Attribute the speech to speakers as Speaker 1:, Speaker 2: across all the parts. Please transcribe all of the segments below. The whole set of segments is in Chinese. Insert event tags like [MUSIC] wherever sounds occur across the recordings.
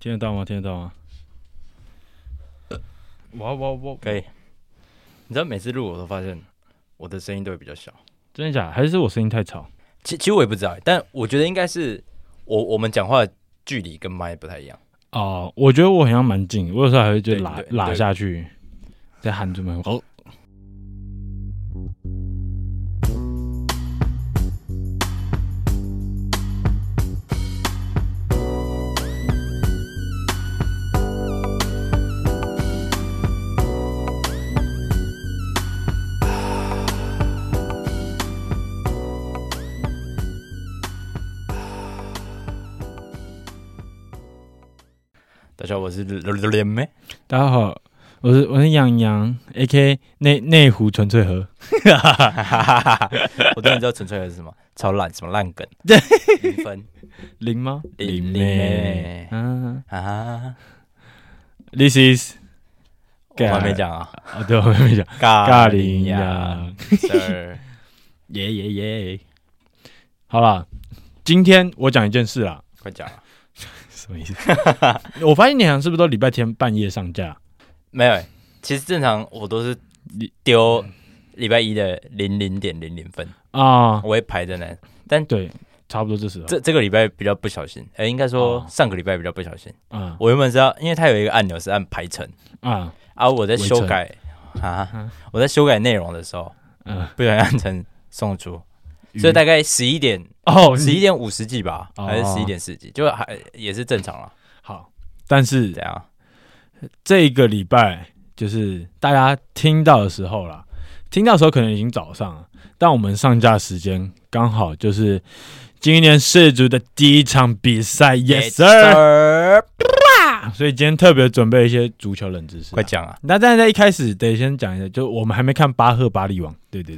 Speaker 1: 听得到吗？听得到吗？呃
Speaker 2: 我我我，
Speaker 3: 可以。你知道每次录我都发现我的声音都会比较小，
Speaker 1: 真的假的？还是我声音太吵？
Speaker 3: 其其实我也不知道，欸但我觉得应该是我我们讲话的距离跟麦不太一样。
Speaker 1: 哦、我觉得我好像蛮近，我有时候还会就
Speaker 3: 对
Speaker 1: 拉
Speaker 3: 对
Speaker 1: 拉
Speaker 3: 对
Speaker 1: 下去，再喊出门。哦，
Speaker 3: 大家好，我是连妹，
Speaker 1: 大家好，我是我是杨洋，A K 内内湖纯粹河。
Speaker 3: 我突然知道纯粹的是什么，超烂，什么烂梗，零分
Speaker 1: 零吗？
Speaker 3: 零
Speaker 1: 零
Speaker 3: 零
Speaker 1: 妹
Speaker 3: 妹。
Speaker 1: 嗯
Speaker 3: 啊！
Speaker 1: ，This is
Speaker 3: 我还没
Speaker 1: 尬
Speaker 3: 讲啊，
Speaker 1: 啊，对，我还 [LAUGHS] 没讲
Speaker 3: 咖
Speaker 1: 尬林呀。
Speaker 3: Sir
Speaker 1: 耶耶耶！好啦，今天我讲一件事啦，
Speaker 3: 快讲啊，
Speaker 1: 什么意思？ [LAUGHS] 我发现你好像是不是都礼拜天半夜上架？
Speaker 3: 没有欸、其实正常我都是丢礼拜一的零零点零零分，
Speaker 1: 啊、
Speaker 3: 我会排在那。
Speaker 1: 对，差不多这时候。
Speaker 3: 这这个礼拜比较不小心，哎、应该说
Speaker 1: 哦
Speaker 3: 上个礼拜比较不小心。
Speaker 1: 啊
Speaker 3: 我原本是要，因为它有一个按钮是按排程，
Speaker 1: 啊
Speaker 3: 啊，我在
Speaker 1: 围
Speaker 3: 修
Speaker 1: 城
Speaker 3: 改啊
Speaker 1: 嗯，
Speaker 3: 我在修改内容的时候，
Speaker 1: 啊！
Speaker 3: 不小心按成送出，所以大概十一点
Speaker 1: 哦，
Speaker 3: 十一
Speaker 1: 你
Speaker 3: 点五十几吧，
Speaker 1: 哦
Speaker 3: 还是十一点四几，就还也是正常了。
Speaker 1: 好，但是
Speaker 3: 这样
Speaker 1: 这个礼拜就是大家听到的时候啦，听到的时候可能已经早上了，但我们上架时间刚好就是今年世足的第一场比赛，Yes sir！
Speaker 3: sir，啊
Speaker 1: 所以今天特别准备一些足球冷知识
Speaker 3: 快。讲啊！
Speaker 1: 那但是在一开始得先讲一下，就我们还没看巴赫巴利王，对对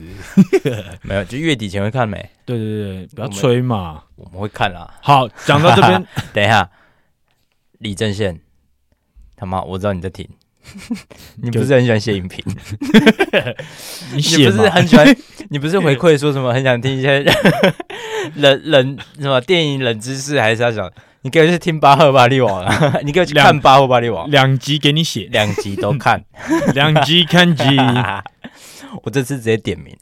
Speaker 1: 对
Speaker 3: 没有，就月底前会看没？
Speaker 1: 对对对，不要吹嘛。
Speaker 3: 我们会看啦。
Speaker 1: 好，讲到这边，
Speaker 3: 等一下，李正宪，他妈，我知道你在听，你不是很喜欢写影评，
Speaker 1: 你
Speaker 3: 你
Speaker 1: 写
Speaker 3: 不
Speaker 1: 嘛
Speaker 3: 是，
Speaker 1: [LAUGHS]
Speaker 3: 很喜欢，你不是回馈说什么很想听一些 [LAUGHS] 冷冷什么电影冷知识，还是要想你可以去听巴赫巴利王啊， [LAUGHS] 你可以去看
Speaker 1: 两
Speaker 3: 巴赫巴利王，
Speaker 1: 两集给你
Speaker 3: [LAUGHS]
Speaker 1: 写，
Speaker 3: 两集都看。
Speaker 1: 两集看集，
Speaker 3: [LAUGHS]
Speaker 1: [LAUGHS]
Speaker 3: 我这次直接点名，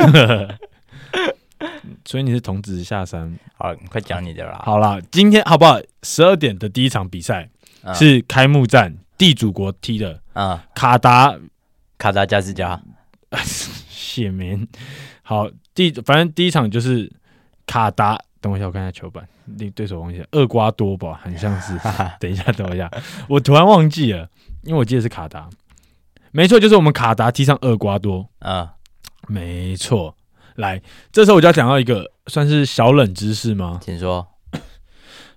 Speaker 3: [LAUGHS]
Speaker 1: 所以你是童子下山。
Speaker 3: 好，你快讲你的啦。
Speaker 1: 好啦，今天好不好？十二点的第一场比赛
Speaker 3: 嗯，
Speaker 1: 是开幕战，地主国踢的
Speaker 3: 嗯，
Speaker 1: 卡达
Speaker 3: 卡达加斯加，
Speaker 1: 谢棉。好，第反正第一场就是卡达，等我一下，我看一下球板，对对手忘记了，厄瓜多吧，很像
Speaker 3: [LAUGHS]
Speaker 1: 是。等一下，等我一下，我突然忘记了，因为我记得是卡达，没错，就是我们卡达踢上厄瓜多，
Speaker 3: 嗯，
Speaker 1: 没错。来，这时候我就要讲到一个算是小冷知识吗？
Speaker 3: 请说。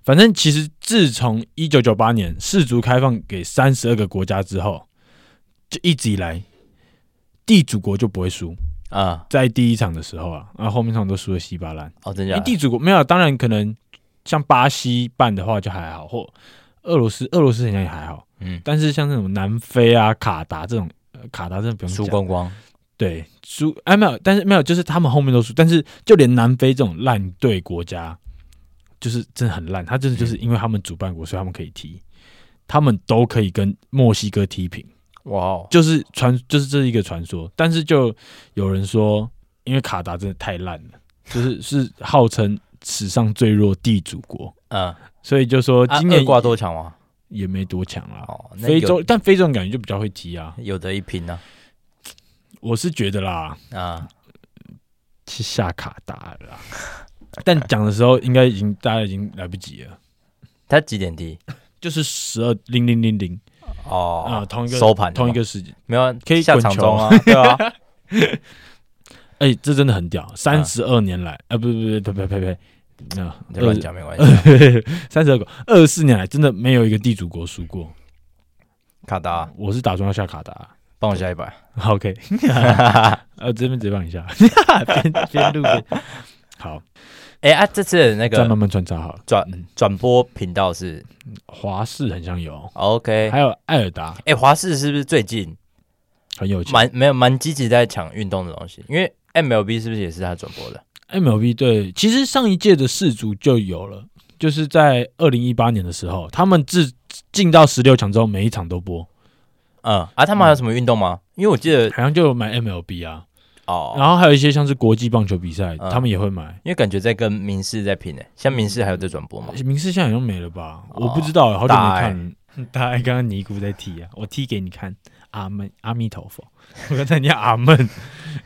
Speaker 1: 反正其实自从一九九八年世足开放给三十二个国家之后，就一直以来地主国就不会输。
Speaker 3: 嗯，
Speaker 1: 在第一场的时候啊，啊后面场都输的稀巴烂。
Speaker 3: 哦，真
Speaker 1: 因为
Speaker 3: 假的？
Speaker 1: 地主国没有，当然可能像巴西办的话就还好，或俄罗斯，俄罗斯好像也还好。
Speaker 3: 嗯，
Speaker 1: 但是像那种南非啊、卡达这种，呃卡达真的不用
Speaker 3: 输
Speaker 1: 讲，
Speaker 3: 光光。
Speaker 1: 对输哎没有，但是没有，就是他们后面都输，但是就连南非这种烂队国家，就是真的很烂，他真的就是因为他们主办国，所以他们可以踢，他们都可以跟墨西哥踢平，
Speaker 3: 哇哦，
Speaker 1: 就是传就是这是一个传说，但是就有人说，因为卡达真的太烂了，就是是号称史上最弱地主国，
Speaker 3: 嗯，
Speaker 1: 所以就说
Speaker 3: 啊
Speaker 1: 今年
Speaker 3: 厄瓜多强吗？
Speaker 1: 也没多强啦。
Speaker 3: 哦，那
Speaker 1: 非
Speaker 3: 有
Speaker 1: 洲，但非洲人感觉就比较会踢啊，
Speaker 3: 有得一拼呢。
Speaker 1: 我是觉得啦，
Speaker 3: 啊，
Speaker 1: 是下卡达了啦。啊但讲的时候，应该已经大家已经来不及了，
Speaker 3: 他几点踢？
Speaker 1: 就是十二零零零零啊，
Speaker 3: 哦，
Speaker 1: 同一个
Speaker 3: 收盘
Speaker 1: 同一
Speaker 3: 是吧
Speaker 1: 个时间。
Speaker 3: 没有啊
Speaker 1: 可以
Speaker 3: 下
Speaker 1: 滚
Speaker 3: 场
Speaker 1: 球
Speaker 3: 中啊，对啊， [LAUGHS]
Speaker 1: 哎、这真的很屌，三十二年来，啊，不不不不不不不，那
Speaker 3: 你乱讲没关系。
Speaker 1: 三十二个二十四年来，真的没有一个地主国输过。
Speaker 3: 卡达，
Speaker 1: 我是打算要下卡达
Speaker 3: 帮我下一把。
Speaker 1: 好，OK，呃，这边直接放一下，边边录边好，
Speaker 3: 哎啊，这次的那
Speaker 1: 再
Speaker 3: 个
Speaker 1: 慢慢穿插好了。
Speaker 3: 转转播频道是
Speaker 1: 华视很像有，
Speaker 3: OK。
Speaker 1: 还有艾尔达
Speaker 3: 哎，华视是不是最近
Speaker 1: 很有钱。
Speaker 3: 蛮没有蛮积极在抢运动的东西？因为 MLB 是不是也是他转播的？
Speaker 1: MLB 对，其实上一届的世足就有了，就是在二零一八年的时候，他们自进到十六强之后，每一场都播，
Speaker 3: 嗯啊，他们还有什么运动吗？因为我记得
Speaker 1: 好像就有买 MLB 啊，
Speaker 3: 哦，
Speaker 1: 然后还有一些像是国际棒球比赛，
Speaker 3: 嗯
Speaker 1: 他们也会买。
Speaker 3: 因为感觉在跟民视在拼诶，像民视还有在转播吗？
Speaker 1: 名次现在好像没了吧？
Speaker 3: 哦
Speaker 1: 我不知道、欸好久
Speaker 3: 大
Speaker 1: 没
Speaker 3: 爱
Speaker 1: 看。 [LAUGHS] 大爱刚刚尼姑在踢啊，我踢给你看。阿门，阿弥陀佛。 [LAUGHS] 我刚才念阿门，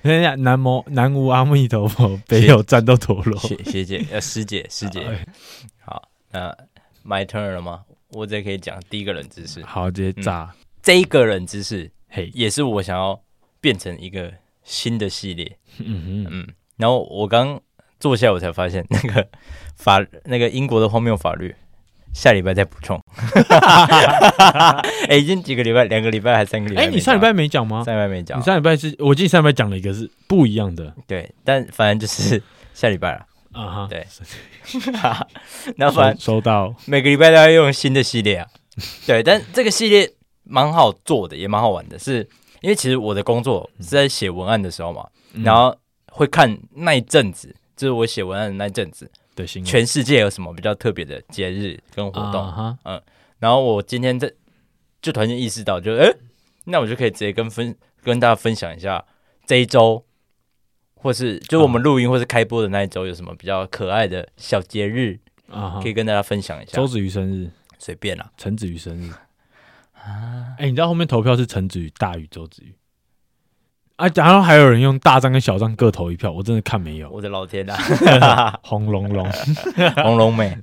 Speaker 1: 人家南无南无阿弥陀佛，北有战斗陀螺。
Speaker 3: 学学姐呃师 [LAUGHS] 姐师姐，
Speaker 1: 哎
Speaker 3: 好，那 my turn 了吗？我这可以讲第一个冷知识，
Speaker 1: 好，直接炸。
Speaker 3: 这一个冷知识
Speaker 1: 嘿，
Speaker 3: 也是我想要变成一个新的系列，
Speaker 1: 嗯哼，
Speaker 3: 嗯，然后我刚坐下，我才发现那个法那个英国的荒谬法律，下礼拜再补
Speaker 1: [LAUGHS]
Speaker 3: 充。哎、已经几个礼拜，两个礼拜还三个礼拜
Speaker 1: 哎，
Speaker 3: 没讲。
Speaker 1: 你上礼拜没讲吗？
Speaker 3: 上礼拜没讲
Speaker 1: 你，上礼拜是我记得你上礼拜讲了一个是不一样的
Speaker 3: 对，但反正就是下礼
Speaker 1: [LAUGHS]
Speaker 3: 拜了。
Speaker 1: 啊哈。
Speaker 3: 对
Speaker 1: 收
Speaker 3: 然后反正
Speaker 1: 收到。
Speaker 3: 每个礼拜都要用新的系列啊。对，但这个系列蛮好做的，也蛮好玩的是，因为其实我的工作是在写文案的时候嘛，
Speaker 1: 嗯
Speaker 3: 然后会看那一阵子，就是我写文案的那一阵子，
Speaker 1: 嗯的新闻
Speaker 3: 全世界有什么比较特别的节日跟活动。
Speaker 1: 啊哈，
Speaker 3: 然后我今天这就突然间意识到，就哎、诶那我就可以直接跟分跟大家分享一下这一周，或是就我们录音或是开播的那一周有什么比较可爱的小节日，
Speaker 1: 啊哈
Speaker 3: 可。以跟大家分享一下
Speaker 1: 周。子瑜生日，
Speaker 3: 随便啦，
Speaker 1: 陈子瑜生日啊！哎、你知道后面投票是陈子瑜大于周子瑜啊，然后还有人用大张跟小张各投一票，我真的看没有，
Speaker 3: 我的老天 [LAUGHS] 啦，
Speaker 1: 轰隆
Speaker 3: [LAUGHS]
Speaker 1: 隆，
Speaker 3: 红龙妹。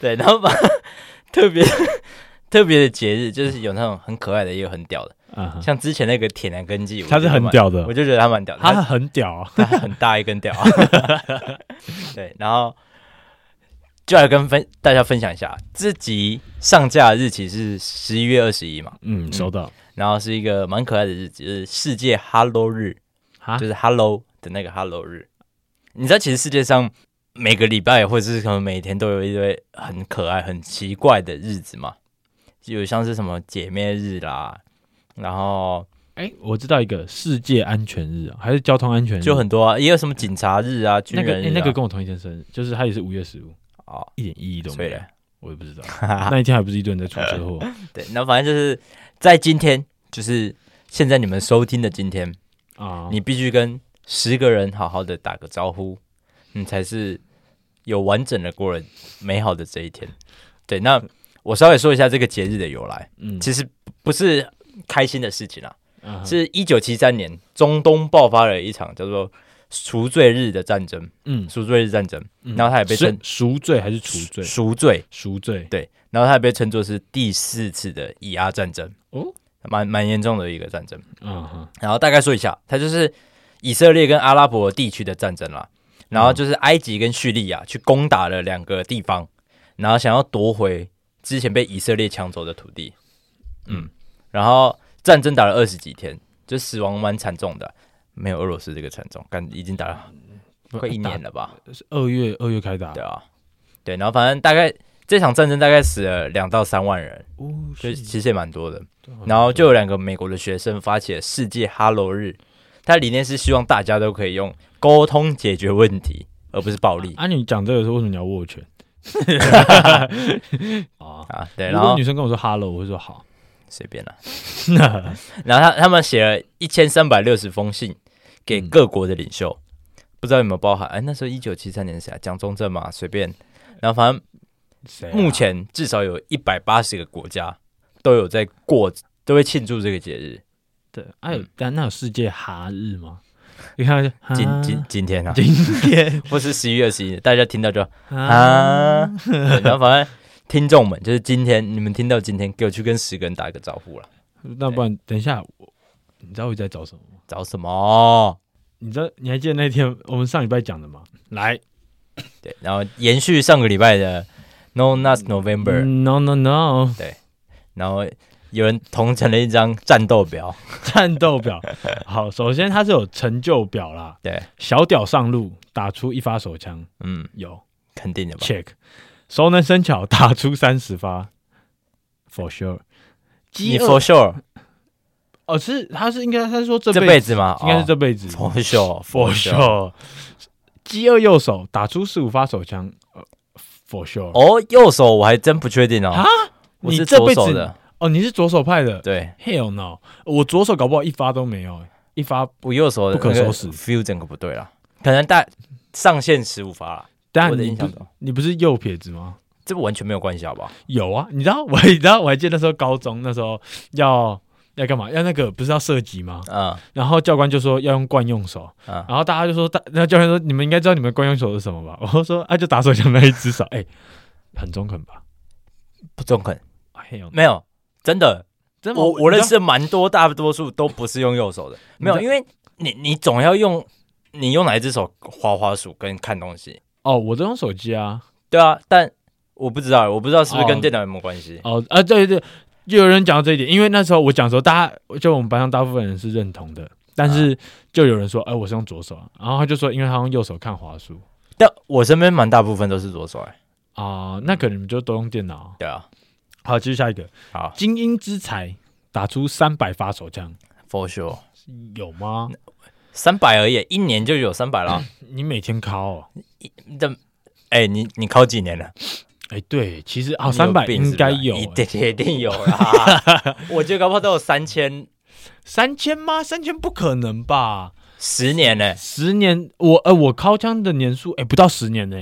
Speaker 3: 对，然后把 [LAUGHS] 特别特别的节日，就是有那种很可爱的，也有很屌的，
Speaker 1: 啊哈，
Speaker 3: 像之前那个铁男根基，我
Speaker 1: 他
Speaker 3: 觉
Speaker 1: 是
Speaker 3: 得
Speaker 1: 很
Speaker 3: 蛮，
Speaker 1: 屌的
Speaker 3: 我，就觉得他蛮屌的，
Speaker 1: 他很屌啊，
Speaker 3: 它很大一根屌。啊 [LAUGHS] 对，然后就来跟分大家分享一下，这集上架的日期是十一月二十一嘛，
Speaker 1: 嗯，收到
Speaker 3: 然后是一个蛮可爱的日子，就是世界 Hello 日，
Speaker 1: 啊
Speaker 3: 就是 Hello 的那个 Hello 日。你知道，其实世界上每个礼拜或者是可能每天都有一堆很可爱、很奇怪的日子嘛，就有像是什么姐妹日啦，然后
Speaker 1: 哎、我知道一个世界安全日啊，还是交通安全日，
Speaker 3: 就很多啊，也有什么警察日啊、军
Speaker 1: 那个、
Speaker 3: 人日、
Speaker 1: 哎
Speaker 3: 啊
Speaker 1: 那个跟我同一天生日，就是他也是五月十五，
Speaker 3: 哦，
Speaker 1: 一点意义都
Speaker 3: 所以
Speaker 1: 没
Speaker 3: 嘞
Speaker 1: 有，我也不
Speaker 3: [LAUGHS]
Speaker 1: 知道，那一天还不是一堆人在出车祸
Speaker 3: 对，那反正就是在今天，就是现在你们收听的今天，
Speaker 1: 啊？
Speaker 3: 你必须跟十个人好好的打个招呼，你才是有完整的过了美好的这一天。对，那我稍微说一下这个节日的由来，
Speaker 1: 嗯，
Speaker 3: 其实不是开心的事情啊，
Speaker 1: 啊哈
Speaker 3: 是一九七三年中东爆发了一场叫做赎罪日的战争，
Speaker 1: 嗯，
Speaker 3: 赎罪日战争，
Speaker 1: 嗯
Speaker 3: 然后他也被
Speaker 1: 是
Speaker 3: 称
Speaker 1: 赎罪还是除罪？
Speaker 3: 赎罪，
Speaker 1: 赎罪
Speaker 3: 对，然后它也被称作是第四次的以阿战争，
Speaker 1: 哦，
Speaker 3: 蛮蛮严重的一个战争。
Speaker 1: 啊哈，
Speaker 3: 然后大概说一下，它就是以色列跟阿拉伯地区的战争啦。然后就是埃及跟叙利亚去攻打了两个地方，然后想要夺回之前被以色列抢走的土地。嗯，然后战争打了二十几天，就死亡蛮惨重的，没有俄罗斯这个惨重，但已经打了
Speaker 1: 呃
Speaker 3: 快一年了吧？
Speaker 1: 是二月二月开打
Speaker 3: 对，啊，对，然后反正大概这场战争大概死了两到三万人，
Speaker 1: 哦，
Speaker 3: 所以其实也蛮多的。
Speaker 1: 对
Speaker 3: 然后就有两个美国的学生发起了世界哈喽日，它的理念是希望大家都可以用沟通解决问题，而不是暴力
Speaker 1: 啊，你讲这个时候为什么你要握拳？ [LAUGHS] 啊，
Speaker 3: 啊。对，
Speaker 1: 如
Speaker 3: 然
Speaker 1: 果
Speaker 3: 后
Speaker 1: 女生跟我说 “hello”，我会说好。
Speaker 3: 随便
Speaker 1: [LAUGHS]
Speaker 3: 啦。然后他他们写了一千三百六十封信给
Speaker 1: 嗯
Speaker 3: 各国的领袖，不知道有没有包含？哎，那时候一九七三年是谁啊？蒋中正嘛，随便。然后反正
Speaker 1: 谁啊
Speaker 3: 目前至少有一百八十个国家都有在过，都会庆祝这个节日。
Speaker 1: 对，哎，
Speaker 3: 嗯
Speaker 1: 但那有世界哈日吗？ [LAUGHS] 你看就
Speaker 3: 今
Speaker 1: 哈
Speaker 3: 今今天啊，
Speaker 1: 今
Speaker 3: [LAUGHS]
Speaker 1: 天
Speaker 3: 或是十一月十一，大家听到就
Speaker 1: 啊，
Speaker 3: 啊，对然后反正听众们就是今天你们听到今天，给我去跟十个人打个招呼了。
Speaker 1: 那不然等一下，我你知道我在找什么吗？
Speaker 3: 找什么？
Speaker 1: 你知道你还记得那天我们上礼拜讲的吗？来
Speaker 3: 对，然后延续上个礼拜的 No Nuts November，、
Speaker 1: ，No No No， [LAUGHS]
Speaker 3: 然后有人同成了一张战斗表，
Speaker 1: 战斗表。好，首先它是有成就表啦，
Speaker 3: 对，
Speaker 1: 小屌上路打出一发手枪
Speaker 3: 嗯，
Speaker 1: 有。
Speaker 3: 肯定的吧？
Speaker 1: check，熟能生巧，打出三十发，for sure。饥
Speaker 3: 你 for
Speaker 1: 饿
Speaker 3: sure
Speaker 1: 哦，是他是应该他是说这
Speaker 3: 这
Speaker 1: 辈
Speaker 3: 辈子吗？
Speaker 1: 应该是这辈子、
Speaker 3: 哦 for sure
Speaker 1: for sure。饥饿右手打出十五发手枪、呃、 for sure。
Speaker 3: 哦，右手我还真不确定哦。
Speaker 1: 啊，
Speaker 3: 我
Speaker 1: 你
Speaker 3: 是
Speaker 1: 这
Speaker 3: 左
Speaker 1: 辈
Speaker 3: 手
Speaker 1: 子
Speaker 3: 的，
Speaker 1: 哦，你是左手派的
Speaker 3: 对，
Speaker 1: ？Hell no！我左手搞不好一发都没有，一发。
Speaker 3: 我右手的
Speaker 1: 不可
Speaker 3: 那个
Speaker 1: 收拾
Speaker 3: feel 整个不对了，可能大上限十五发啦。我
Speaker 1: 但
Speaker 3: 的
Speaker 1: 你
Speaker 3: 印象
Speaker 1: 不
Speaker 3: 中，
Speaker 1: 你不是右撇子吗？
Speaker 3: 这完全没有关系，好不好？
Speaker 1: 有啊，你知道 [LAUGHS] 我，你知道我还记得那时候高中那时候要要干嘛？要那个不是要射击吗？
Speaker 3: 嗯
Speaker 1: 然后教官就说要用惯用手，
Speaker 3: 嗯，
Speaker 1: 然后大家就说，大那教练说你们应该知道你们惯用手是什么吧？我说啊，就打手枪那一只手， [LAUGHS] 哎、很中肯吧？
Speaker 3: 不中肯，
Speaker 1: 哎呦，
Speaker 3: 没有，真的，
Speaker 1: 真的吗
Speaker 3: 我我认，
Speaker 1: 你知道
Speaker 3: 识蛮多，大多数都不是用右手的，没有，
Speaker 1: 你
Speaker 3: 因为你你总要用你用哪一只手滑滑鼠跟看东西，
Speaker 1: 哦，我都用手机啊，
Speaker 3: 对啊，但我不知道，我不知道是不是
Speaker 1: 哦
Speaker 3: 跟电脑有没有关系。
Speaker 1: 哦啊，对对，就有人讲到这一点，因为那时候我讲的时候，大家就我们班上大部分人是认同的，但是
Speaker 3: 啊
Speaker 1: 就有人说，哎、我是用左手啊，然后他就说，因为他用右手看滑鼠
Speaker 3: 但我身边蛮大部分都是左手，哎，
Speaker 1: 啊、那可能你们就都用电脑。
Speaker 3: 对啊，
Speaker 1: 好，继续下一个，
Speaker 3: 好
Speaker 1: 精英之才打出三百发手枪
Speaker 3: ，for sure，
Speaker 1: 有吗？
Speaker 3: 三百而已，一年就有三
Speaker 1: [CLEARS THROAT]
Speaker 3: 百了。
Speaker 1: 你每天敲、哦？
Speaker 3: 但哎，你你考几年了？
Speaker 1: 哎、对，其实啊，
Speaker 3: 你有欸
Speaker 1: 三百
Speaker 3: 病是不是
Speaker 1: 应该有、
Speaker 3: 一
Speaker 1: 哎
Speaker 3: 定一定有 [LAUGHS] 啦。我觉得搞不好都有三千
Speaker 1: 三千吗？三千不可能吧？
Speaker 3: 十年呢、
Speaker 1: 十年，我呃，我靠枪的年数，哎、不到十年呢、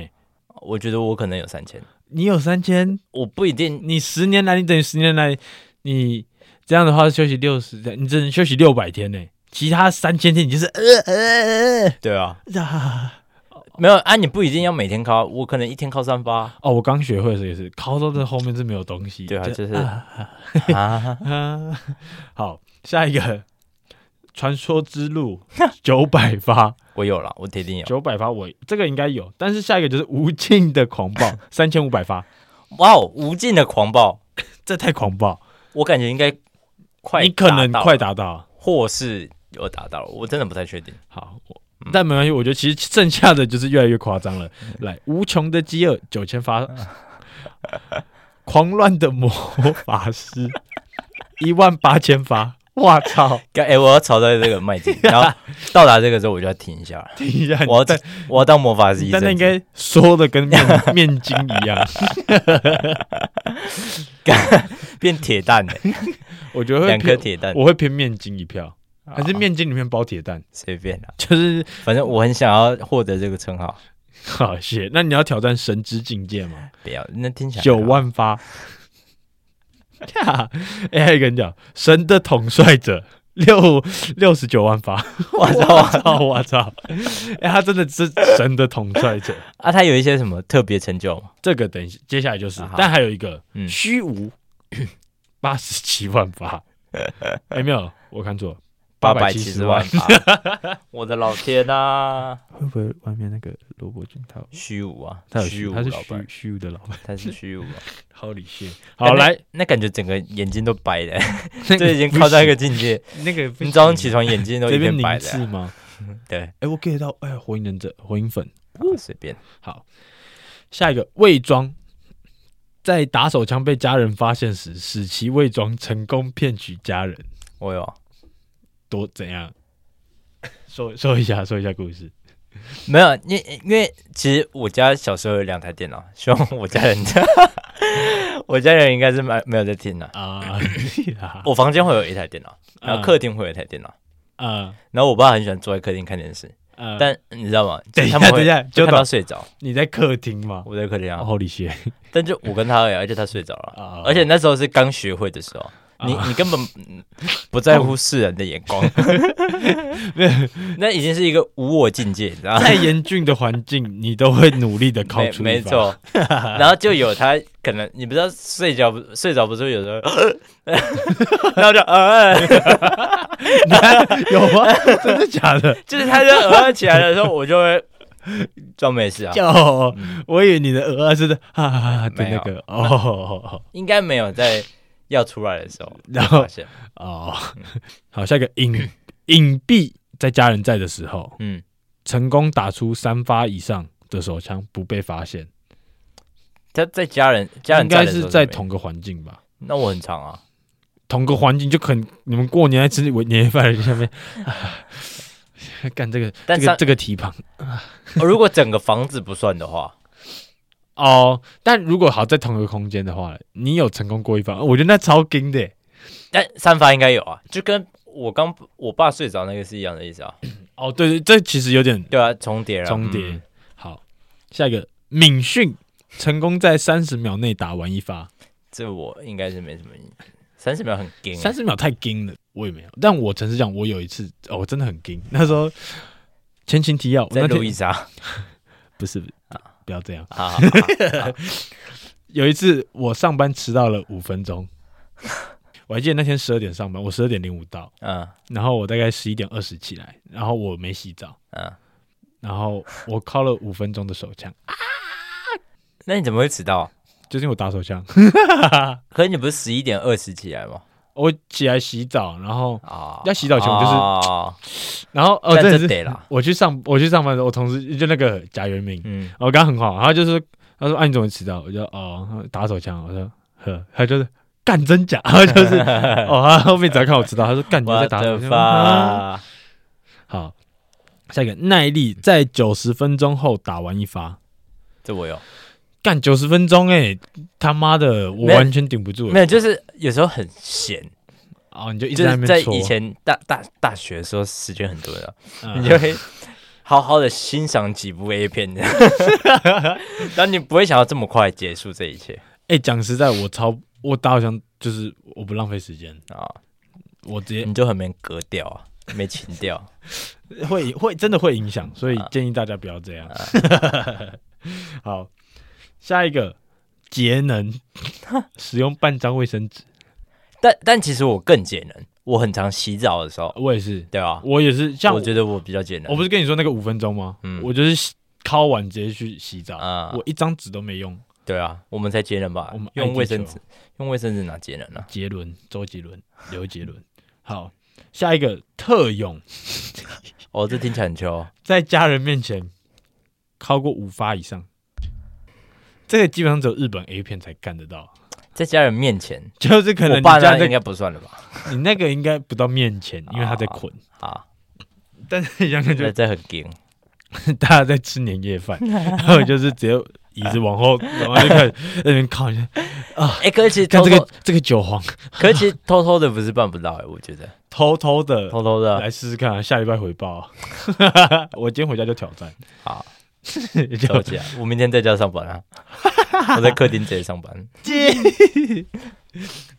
Speaker 3: 我觉得我可能有三千，
Speaker 1: 你有三千，
Speaker 3: 我不一定。
Speaker 1: 你十年来，你等于十年来，你这样的话休息六十，你只能休息六百天呢、其他三千天你就是呃呃呃
Speaker 3: 对啊，
Speaker 1: 呃啊。
Speaker 3: 没有啊，你不一定要每天考，我可能一天考三发。
Speaker 1: 哦，我刚学会的时候也是，靠到这后面是没有东西。
Speaker 3: 对啊，就是
Speaker 1: 啊
Speaker 3: [LAUGHS] 啊，
Speaker 1: 啊，好，下一个。传说之路九百发，
Speaker 3: 我有了，我铁定
Speaker 1: [LAUGHS]
Speaker 3: 有。
Speaker 1: 九百发我这个应该有，但是下一个就是无尽的狂暴，三千五百发，
Speaker 3: 哇哦，无尽的狂暴，
Speaker 1: 这太狂暴，
Speaker 3: 我感觉应该快，
Speaker 1: 你可能快，达到。
Speaker 3: 或是有达到了，我真的不太确定。
Speaker 1: 好，我
Speaker 3: 嗯
Speaker 1: 但没关系，我觉得其实剩下的就是越来越夸张了。来，无穷的饥饿九千发， [LAUGHS] 狂乱的魔法师 [LAUGHS] 一万八千发，哇操！
Speaker 3: 该哎、我要朝着这个迈进， [LAUGHS] 然后到达这个时候我就要停一 [LAUGHS] 下了，
Speaker 1: 听一下，
Speaker 3: 我要我要当魔法师一
Speaker 1: 但那
Speaker 3: 阵
Speaker 1: 应
Speaker 3: 子。
Speaker 1: 该说的跟面面筋一样，
Speaker 3: 变铁蛋的，
Speaker 1: 我觉得会
Speaker 3: 两颗
Speaker 1: 偏，
Speaker 3: 铁蛋，啊
Speaker 1: 我会偏面筋一票，还是
Speaker 3: 好
Speaker 1: 面筋里面包铁
Speaker 3: [LAUGHS]
Speaker 1: 蛋，
Speaker 3: 随便啦、
Speaker 1: 就是
Speaker 3: 反正我很想要获得这个称号。
Speaker 1: [LAUGHS] 好谢。那你要挑战神之境界吗？
Speaker 3: 不要，那听起来
Speaker 1: 九万发。呀，哎，还有一个人讲神的统帅者六六十九万发，我操我操我操！哎，他真的是神的统帅者。
Speaker 3: 啊，他有一些什么特别成就吗？
Speaker 1: 这个等一下接下来就是
Speaker 3: 啊好，
Speaker 1: 但还有一个
Speaker 3: 嗯
Speaker 1: 虚无 [CLEARS THROAT] 八十七万
Speaker 3: [LAUGHS]
Speaker 1: 发，哎没有，我看错了，
Speaker 3: 百
Speaker 1: 870
Speaker 3: 万
Speaker 1: 万，
Speaker 3: 吧， [LAUGHS] 我的老天啊！
Speaker 1: 会不会外面那个萝卜君他
Speaker 3: 虚无啊，
Speaker 1: 他有
Speaker 3: 虚无
Speaker 1: 他是
Speaker 3: 老
Speaker 1: 虚
Speaker 3: 板，
Speaker 1: 虚无的老 [LAUGHS] 板，
Speaker 3: 他是虚无啊。
Speaker 1: 好理性。好
Speaker 3: 那
Speaker 1: 来，，
Speaker 3: 那感觉整个眼睛都白了，
Speaker 1: [LAUGHS] 那
Speaker 3: 这
Speaker 1: 个
Speaker 3: 已经
Speaker 1: 不
Speaker 3: 靠到一
Speaker 1: 行
Speaker 3: 个境界。
Speaker 1: 那个 [LAUGHS] 不
Speaker 3: 你早
Speaker 1: 行
Speaker 3: 上起床眼睛都
Speaker 1: 随
Speaker 3: 一
Speaker 1: 便
Speaker 3: 片
Speaker 1: 凝
Speaker 3: 白的
Speaker 1: 视
Speaker 3: 啊，
Speaker 1: 吗？
Speaker 3: 对，
Speaker 1: 哎，我 get 到哎，火影忍者火影粉。
Speaker 3: 啊随便。
Speaker 1: 好，下一个伪装，在打手枪被家人发现时，使其伪装成功骗取家人，
Speaker 3: 我有
Speaker 1: 多怎样？ [LAUGHS] 说说一下，说一下故事。
Speaker 3: 没有？因因为其实我家小时候有两台电脑，希望我家人， [LAUGHS] 我家人应该是没没有在听的。
Speaker 1: [LAUGHS] 啊
Speaker 3: 我房间会有一台电脑，然后
Speaker 1: 嗯
Speaker 3: 客厅会有一台电脑，
Speaker 1: 啊
Speaker 3: 然后我爸很喜欢坐在客厅看电视，
Speaker 1: 啊！
Speaker 3: 但你知道吗？
Speaker 1: 等一
Speaker 3: 他
Speaker 1: 下，
Speaker 3: 们
Speaker 1: 等一
Speaker 3: 会
Speaker 1: 下，就
Speaker 3: 就看到
Speaker 1: 到
Speaker 3: 睡着，
Speaker 1: 你在客厅吗？
Speaker 3: 我在客厅啊，
Speaker 1: 哦，李 [LAUGHS] 学
Speaker 3: 但就我跟他而已，而且他睡着了，
Speaker 1: 啊
Speaker 3: 而且那时候是刚学会的时候，你
Speaker 1: 啊
Speaker 3: 你根本嗯不在
Speaker 1: 哦
Speaker 3: 乎世人的眼光， [LAUGHS] 那已经是一个无我境界，你知道
Speaker 1: [LAUGHS]
Speaker 3: 吗？
Speaker 1: 再严峻的环境，你都会努力 [LAUGHS] 的考
Speaker 3: 没
Speaker 1: 出。
Speaker 3: 没，错，然后就有他可能你不知道睡觉不睡着不是有时候， [LAUGHS] 然后就呃，
Speaker 1: 有吗？真的假的？
Speaker 3: 就是他就呃起来的时候，我就会装没事啊，
Speaker 1: 就我以为你的鹅啊是的哈哈哈的
Speaker 3: 没
Speaker 1: 那
Speaker 3: 有
Speaker 1: 个哦
Speaker 3: 应该没有在要出来的时候
Speaker 1: [LAUGHS] 然后
Speaker 3: 发现，
Speaker 1: 哦，好，下一个隐隐蔽在家人在的时候，
Speaker 3: 嗯，
Speaker 1: 成功打出三发以上的手枪不被发现，
Speaker 3: 他在家人家人
Speaker 1: 应该
Speaker 3: 的时候
Speaker 1: 是在
Speaker 3: 没有
Speaker 1: 同个环境吧。
Speaker 3: 那我很长啊，
Speaker 1: 同个环境就肯，你们过年在吃年夜饭的下面，啊干这个，
Speaker 3: 但
Speaker 1: 这个
Speaker 3: 上
Speaker 1: 这个蹄膀
Speaker 3: 哦如果整个房子不算的话，
Speaker 1: 哦，但如果好在同一个空间的话，你有成功过一方，我觉得那超惊的耶。
Speaker 3: [LAUGHS] 但三发应该有啊，就跟我刚我爸睡着那个是一样的意思啊。
Speaker 1: 哦，对对，这其实有点
Speaker 3: 对啊，重叠啊，
Speaker 1: 重叠。
Speaker 3: 嗯
Speaker 1: 好，下一个敏迅成功在三十秒内打完一发，
Speaker 3: 这我应该是没什么印象。三十秒很惊、啊
Speaker 1: 三十秒太惊了，我也没有。但我诚实讲，我有一次哦，我真的很惊。 [LAUGHS] 那时候前情提要，我
Speaker 3: 在
Speaker 1: 那
Speaker 3: 路
Speaker 1: 天
Speaker 3: 易
Speaker 1: [LAUGHS]
Speaker 3: 莎啊
Speaker 1: 不是不是不要这样。
Speaker 3: 啊，啊
Speaker 1: 有一次我上班迟到了五分钟， [LAUGHS] 我还记得那天十二点上班，我十二点零五到，
Speaker 3: 嗯
Speaker 1: 然后我大概十一点二十起来，然后我没洗澡，
Speaker 3: 嗯，
Speaker 1: 然后我敲了五分钟的手枪，
Speaker 3: 那你怎么会迟到？
Speaker 1: 就是因为我打手枪。
Speaker 3: 可是你不是十一点二十起来吗？
Speaker 1: 我起来洗澡，然后
Speaker 3: 啊，
Speaker 1: 要洗澡前我就是
Speaker 3: 就是，
Speaker 1: 然后哦，
Speaker 3: 但
Speaker 1: 真的
Speaker 3: 这
Speaker 1: 是
Speaker 3: 得啦，
Speaker 1: 我去上我去上班的时候，我同事就那个贾元明，哦
Speaker 3: 嗯，
Speaker 1: 我跟他很好，然后就是他说啊你怎么迟到？我就哦打手枪，我说呵，他就是干真假，然后就是
Speaker 3: [LAUGHS]
Speaker 1: 哦他后面只要看我迟到，他说干你又
Speaker 3: 我
Speaker 1: 在打手
Speaker 3: 的
Speaker 1: 枪啊。
Speaker 3: 发，
Speaker 1: 好，下一个耐力在九十分钟后打完一发。
Speaker 3: 这我有，
Speaker 1: 干九十分钟哎、他妈的，我
Speaker 3: 没有
Speaker 1: 完全顶不住了。
Speaker 3: 没有，就是有时候很闲，
Speaker 1: 哦，你就一直
Speaker 3: 就
Speaker 1: 在
Speaker 3: 是
Speaker 1: 那
Speaker 3: 在
Speaker 1: 边戳
Speaker 3: 以，前大大大学的时候时间很多的，
Speaker 1: 嗯
Speaker 3: 你就会好好的欣赏几部 A
Speaker 1: [LAUGHS]
Speaker 3: 片的，然后你不会想要这么快结束这一切
Speaker 1: 哎，讲、实在，我超我打好像就是我不浪费时间，
Speaker 3: 啊，
Speaker 1: 我直接
Speaker 3: 你就很没格调啊，没情调。 [LAUGHS]
Speaker 1: [LAUGHS] 会会真的会影响，所以
Speaker 3: 啊
Speaker 1: 建议大家不要这样。 [LAUGHS] 好，下一个节
Speaker 3: [LAUGHS]
Speaker 1: 能，使用半张卫生纸，
Speaker 3: 但但其实我更节能，我很常洗澡的时候，
Speaker 1: 我也是，
Speaker 3: 对吧？
Speaker 1: 我也是，像
Speaker 3: 我
Speaker 1: 我
Speaker 3: 觉得我比较节能，
Speaker 1: 我不是跟你说那个五分钟吗？
Speaker 3: 嗯
Speaker 1: 我就是洗敲完直接去洗澡，
Speaker 3: 啊
Speaker 1: 我一张纸都没用。
Speaker 3: 对啊，我们才节能吧
Speaker 1: 我们？爱
Speaker 3: 用
Speaker 1: 地
Speaker 3: 卫生
Speaker 1: 球
Speaker 3: 纸，用卫生纸哪节能啊？
Speaker 1: 杰伦、周杰伦、刘杰伦。 [LAUGHS] 好，下一个特勇，
Speaker 3: 哦，这听起来
Speaker 1: [LAUGHS]
Speaker 3: 很秋。
Speaker 1: 在家人面前超过五发以上，这个基本上只有日本 A 片才干得到，
Speaker 3: 在家人面前，
Speaker 1: 就是可能
Speaker 3: 我
Speaker 1: 你
Speaker 3: 爸
Speaker 1: 家
Speaker 3: 那应
Speaker 1: 那
Speaker 3: 该不算了吧？
Speaker 1: 你那个应该不到面前，因为他在捆，
Speaker 3: 啊，
Speaker 1: 但是想 [LAUGHS] 想就
Speaker 3: 这这很硬，
Speaker 1: 大家在吃年夜
Speaker 3: [LAUGHS]
Speaker 1: 饭，然后就是只有椅子往后，然后就开始在那边靠一下，
Speaker 3: 哎，可是其实
Speaker 1: 啊看
Speaker 3: 偷
Speaker 1: 这
Speaker 3: 偷
Speaker 1: 个，这个酒皇，
Speaker 3: 可是其实偷偷的不是办不到哎，我
Speaker 1: [LAUGHS]
Speaker 3: 觉得
Speaker 1: 偷偷的
Speaker 3: 偷偷的
Speaker 1: 来试试看、啊，下礼拜回报、
Speaker 3: [LAUGHS]
Speaker 1: 我今天回家就挑战，
Speaker 3: 好，
Speaker 1: [LAUGHS] 就
Speaker 3: 了解啊。我明天在家上
Speaker 1: [LAUGHS]
Speaker 3: 班啊，我在客厅直接上班。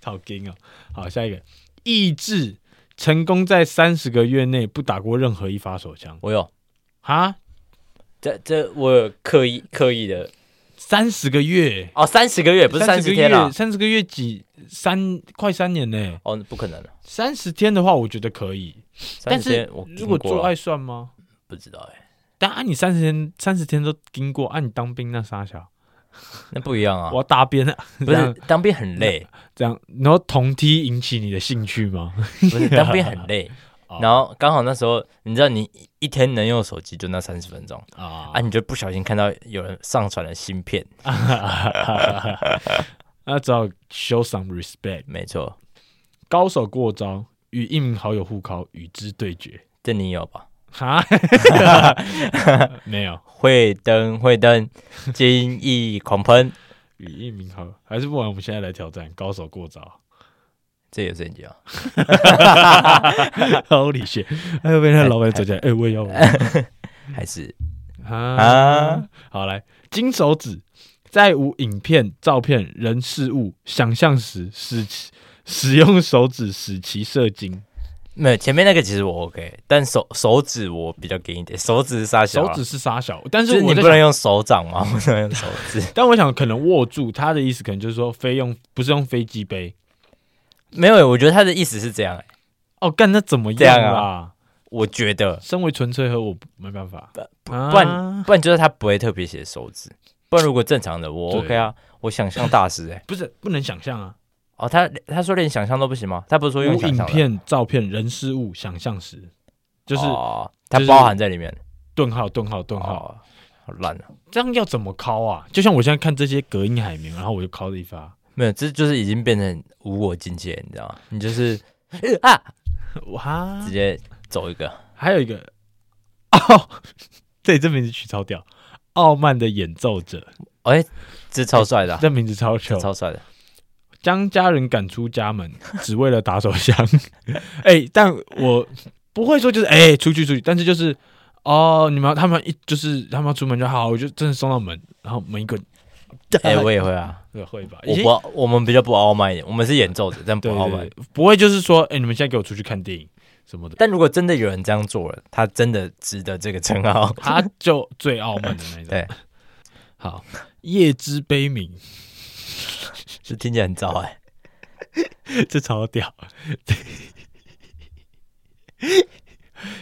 Speaker 1: 好劲哦！好，下一个，意志成功在三十个月内不打过任何一发手枪
Speaker 3: 我有，
Speaker 1: 哈，
Speaker 3: 这这我有刻意刻意的
Speaker 1: 三十个月
Speaker 3: 哦，三十个月不是三
Speaker 1: 30
Speaker 3: 十
Speaker 1: 个
Speaker 3: 天啊啦
Speaker 1: 月，。三十个月几三快三年呢？
Speaker 3: 哦，不可能了。
Speaker 1: 三十天的话，我觉得可以，但
Speaker 3: 30天
Speaker 1: 是
Speaker 3: 我
Speaker 1: 如果
Speaker 3: 听过啊
Speaker 1: 做
Speaker 3: 了
Speaker 1: 爱算吗？
Speaker 3: 不知道哎，
Speaker 1: 但按你三十天三十天都经过，啊按、你当兵那傻小，
Speaker 3: 那不一样啊
Speaker 1: 我。要搭边啊，
Speaker 3: 不
Speaker 1: 这
Speaker 3: 是
Speaker 1: 样
Speaker 3: 当兵很累，
Speaker 1: 这样，然后同梯引起你的兴趣吗？
Speaker 3: 不
Speaker 1: [LAUGHS]
Speaker 3: 是当兵很累
Speaker 1: 哦。
Speaker 3: 然后刚好那时候，你知道你一一天能用手机就那三十分钟。
Speaker 1: 啊
Speaker 3: 啊，你就不小心看到有人上传了芯片，
Speaker 1: 那只好 show some respect。
Speaker 3: 没错，
Speaker 1: 高手过招，与一名好友互考，与之对决。
Speaker 3: 这你有吧？
Speaker 1: 哈，没有
Speaker 3: 会登
Speaker 1: [LAUGHS]
Speaker 3: 会登，精益狂喷，
Speaker 1: 与一名好友，还是不然我们现在来挑战高手过
Speaker 3: [LAUGHS]
Speaker 1: 招。
Speaker 3: 这也是你啊？
Speaker 1: Holy shit！哎呦，被那老板走进来，哎，我也要玩。
Speaker 3: 还是
Speaker 1: 啊
Speaker 3: 啊，
Speaker 1: 好来，金手指，在无影片、照片、人、事物想象时，使其使用手指使其射精。
Speaker 3: 没有前面那个其实我 OK，但手手指我比较给一点，手指是啥小
Speaker 1: 手
Speaker 3: 啊？
Speaker 1: 指是杀小，但
Speaker 3: 就是
Speaker 1: 是我
Speaker 3: 你
Speaker 1: 在
Speaker 3: 不能用手掌吗？ [LAUGHS] 不能用手指，
Speaker 1: 但我想可能握住他的意思，可能就是说非用不是用飞机杯
Speaker 3: 没有，我觉得他的意思是这样，
Speaker 1: 哦，干那怎么
Speaker 3: 这样
Speaker 1: 样
Speaker 3: 啊
Speaker 1: 啦？
Speaker 3: 我觉得，
Speaker 1: 身为纯粹和我不没办法，啊不
Speaker 3: 不然、不然就是他不会特别写手指，不然如果正常的我
Speaker 1: 对
Speaker 3: OK 啊，我想象大师哎、
Speaker 1: 不是不能想象啊，
Speaker 3: 哦，他他说连想象都不行吗？他不是说用
Speaker 1: 无
Speaker 3: 想
Speaker 1: 影
Speaker 3: 象的，
Speaker 1: 片、照片、人、事物想象时，就是
Speaker 3: 哦，它
Speaker 1: 就是
Speaker 3: 包含在里面。
Speaker 1: 顿号顿号顿号，
Speaker 3: 哦，好烂啊！
Speaker 1: 这样要怎么敲啊？就像我现在看这些隔音海绵，然后我就敲了一发，
Speaker 3: 没有，这就是已经变成无我境界，你知道吗？你就是啊，
Speaker 1: 哇
Speaker 3: 直！接走一个，
Speaker 1: 还有一个 [LAUGHS] 哦，对，这名字取超屌，傲慢的演奏者，
Speaker 3: 哎，这超帅的啊，
Speaker 1: 这名字超糗
Speaker 3: 这，超帅的，
Speaker 1: 将家人赶出家门，只为了打手枪。 [LAUGHS] 哎、但我不会说就是哎、出去出去，但是就是哦，你们要他们一就是他们要出门就好，我就真的送到门，然后门一关，
Speaker 3: 哎，我也会啊，
Speaker 1: 对会吧？已
Speaker 3: 我
Speaker 1: 经
Speaker 3: 不，我们比较不傲慢一点，我们是演奏者，但
Speaker 1: 对
Speaker 3: 不傲
Speaker 1: 对
Speaker 3: 慢。
Speaker 1: 对不会就是说哎、你们现在给我出去看电影什么的，
Speaker 3: 但如果真的有人这样做了，他真的值得这个称号。
Speaker 1: 他就最傲慢的那 [LAUGHS] 种。
Speaker 3: 对，
Speaker 1: 好，夜之悲鸣，
Speaker 3: 是听起来很糟哎、 [LAUGHS]
Speaker 1: 这超屌。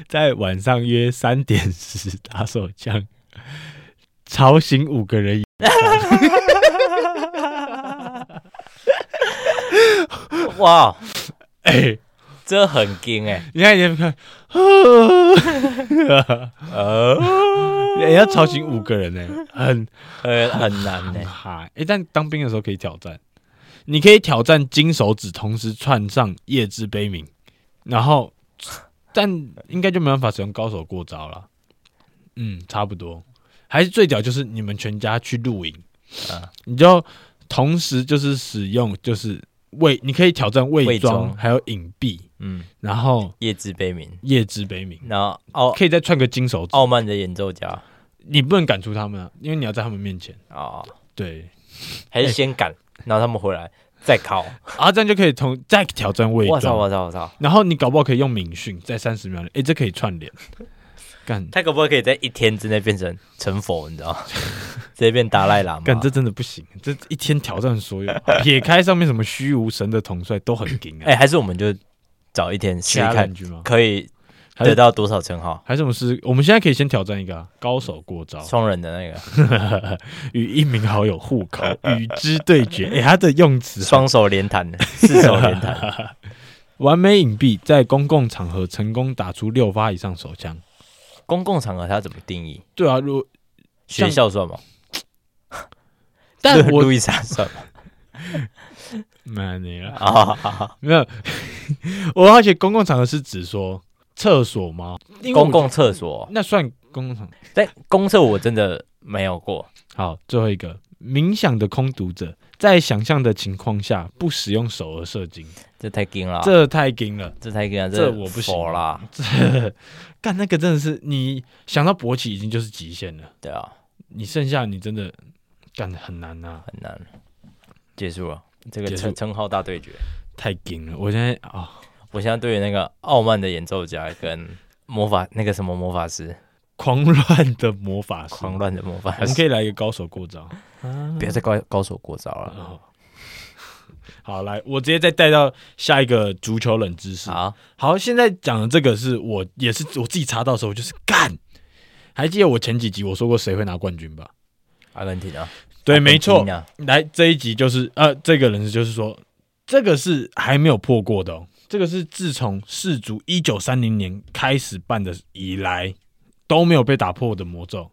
Speaker 1: 在晚上约三点时打手枪，吵醒五个人以
Speaker 3: 哇，
Speaker 1: 哎、
Speaker 3: 这很惊哎、
Speaker 1: 你看你看， [LAUGHS]
Speaker 3: 呃，
Speaker 1: 人家哎吵醒五个人呢、很
Speaker 3: 呃，很难哎、
Speaker 1: 很嗨。哎、但当兵的时候可以挑战，你可以挑战金手指同时串上夜之悲鸣，然后，但应该就没办法使用高手过招了。嗯，差不多。还是最屌就是你们全家去露营，
Speaker 3: 嗯
Speaker 1: 你就同时就是使用就是伪，你可以挑战伪
Speaker 3: 伪
Speaker 1: 装
Speaker 3: 装
Speaker 1: 还有隐蔽，
Speaker 3: 嗯，
Speaker 1: 然后
Speaker 3: 夜之悲鸣，
Speaker 1: 夜之悲鸣，
Speaker 3: 然后傲
Speaker 1: 可以再串个金手指。
Speaker 3: 傲慢的演奏家
Speaker 1: 你不能赶出他们啊，因为你要在他们面前。
Speaker 3: 哦，
Speaker 1: 对，
Speaker 3: 还是先赶，然后他们回来再考。
Speaker 1: 啊，这样就可以从再挑战伪
Speaker 3: 我操
Speaker 1: 装，
Speaker 3: 我操我操！
Speaker 1: 然后你搞不好可以用敏训，在三十秒内，哎，这可以串联。 [LAUGHS] 干
Speaker 3: 他可不可以在一天之内变成成佛？你
Speaker 1: [LAUGHS]
Speaker 3: 知道吗？直接变达赖喇嘛？
Speaker 1: 干，这真的不行，这一天挑战所 [LAUGHS] 有，撇开上面什么虚无神的统帅都很劲
Speaker 3: 哎、
Speaker 1: 啊。
Speaker 3: 还是我们就找一天试试
Speaker 1: 掐
Speaker 3: 看
Speaker 1: 两，句吗？
Speaker 3: 可以
Speaker 1: 还
Speaker 3: 得
Speaker 1: 是
Speaker 3: 到多少称号？
Speaker 1: 还是我们是，我们现在可以先挑战一个、啊、高手过 [LAUGHS] 招，
Speaker 3: 双人的那个，
Speaker 1: 与一名好友互 [LAUGHS] 考，与之对决。哎，他的用词
Speaker 3: 双手连
Speaker 1: [LAUGHS]
Speaker 3: 弹的，四手连弹。
Speaker 1: 完美隐蔽，在公共场合成功打出六发以上手枪。
Speaker 3: 公共场合它怎么定义？
Speaker 1: 对啊，如
Speaker 3: 学校算吗？
Speaker 1: 但 [LAUGHS]
Speaker 3: 路
Speaker 1: 我
Speaker 3: [LAUGHS] 路易莎算吗？
Speaker 1: 妈你了。
Speaker 3: 啊啊，啊
Speaker 1: 没有， [LAUGHS] 我而且公共场合是指说厕所吗？因为我
Speaker 3: 公共厕所，
Speaker 1: 那算公共场合。
Speaker 3: 但公厕我真的没有过。
Speaker 1: 好，最后一个冥想的空读者，在想象的情况下不使用手而射精，
Speaker 3: 这太硬了啊，
Speaker 1: 这太硬了。 [LAUGHS]
Speaker 3: 这太硬了，
Speaker 1: 这我不行
Speaker 3: 佛啦，
Speaker 1: 干那个真的是你想到勃起已经就是极限了，
Speaker 3: 对啊，
Speaker 1: 你剩下你真的干的很难啊呐、
Speaker 3: 很难。结束了这
Speaker 1: 结
Speaker 3: 个
Speaker 1: 束
Speaker 3: 称称号大对决，
Speaker 1: 太硬了。我现在啊、
Speaker 3: 我现在对于那个傲慢的演奏家跟魔法那个什么魔法师，
Speaker 1: 狂乱的魔法师，
Speaker 3: 狂乱的魔
Speaker 1: 我
Speaker 3: 法
Speaker 1: 们可
Speaker 3: 师，
Speaker 1: 以来一个高手过招。啊
Speaker 3: 不要再高高手过招了。
Speaker 1: 哦，好，来，我直接再带到下一个足球冷知识。
Speaker 3: 好，
Speaker 1: 好，现在讲的这个是我也是我自己查到的时候，我就是干。还记得我前几集我说过谁会拿冠军吧？
Speaker 3: 阿根廷啊，
Speaker 1: 对，
Speaker 3: 阿根
Speaker 1: 没错
Speaker 3: 廷。啊，
Speaker 1: 来这一集就是呃，这个人就是说，这个是还没有破过的哦。这个是自从世足一九三零年开始办的以来都没有被打破的魔咒，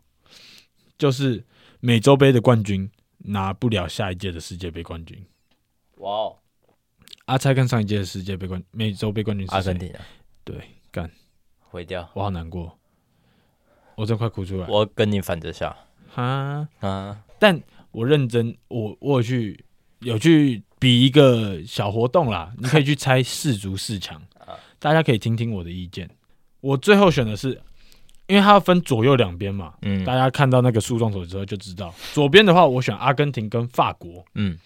Speaker 1: 就是美洲杯的冠军拿不了下一届的世界杯冠军。
Speaker 3: 哇哦，
Speaker 1: 阿蔡跟上一届的世界杯冠美洲杯冠军是谁
Speaker 3: 阿根，廷啊，
Speaker 1: 对，干，
Speaker 3: 毁掉，
Speaker 1: 我好难过，我真快哭出来
Speaker 3: 我跟你反着下
Speaker 1: 哈！
Speaker 3: 啊，
Speaker 1: 但我认真，我我有去有去比一个小活动啦，你可以去猜四足四
Speaker 3: [LAUGHS]
Speaker 1: 强，
Speaker 3: 啊
Speaker 1: 大家可以听听我的意见。我最后选的是，因为它要分左右两边嘛，
Speaker 3: 嗯
Speaker 1: 大家看到那个树状手之后就知道，左边的话我选阿根廷跟法国，
Speaker 3: 嗯，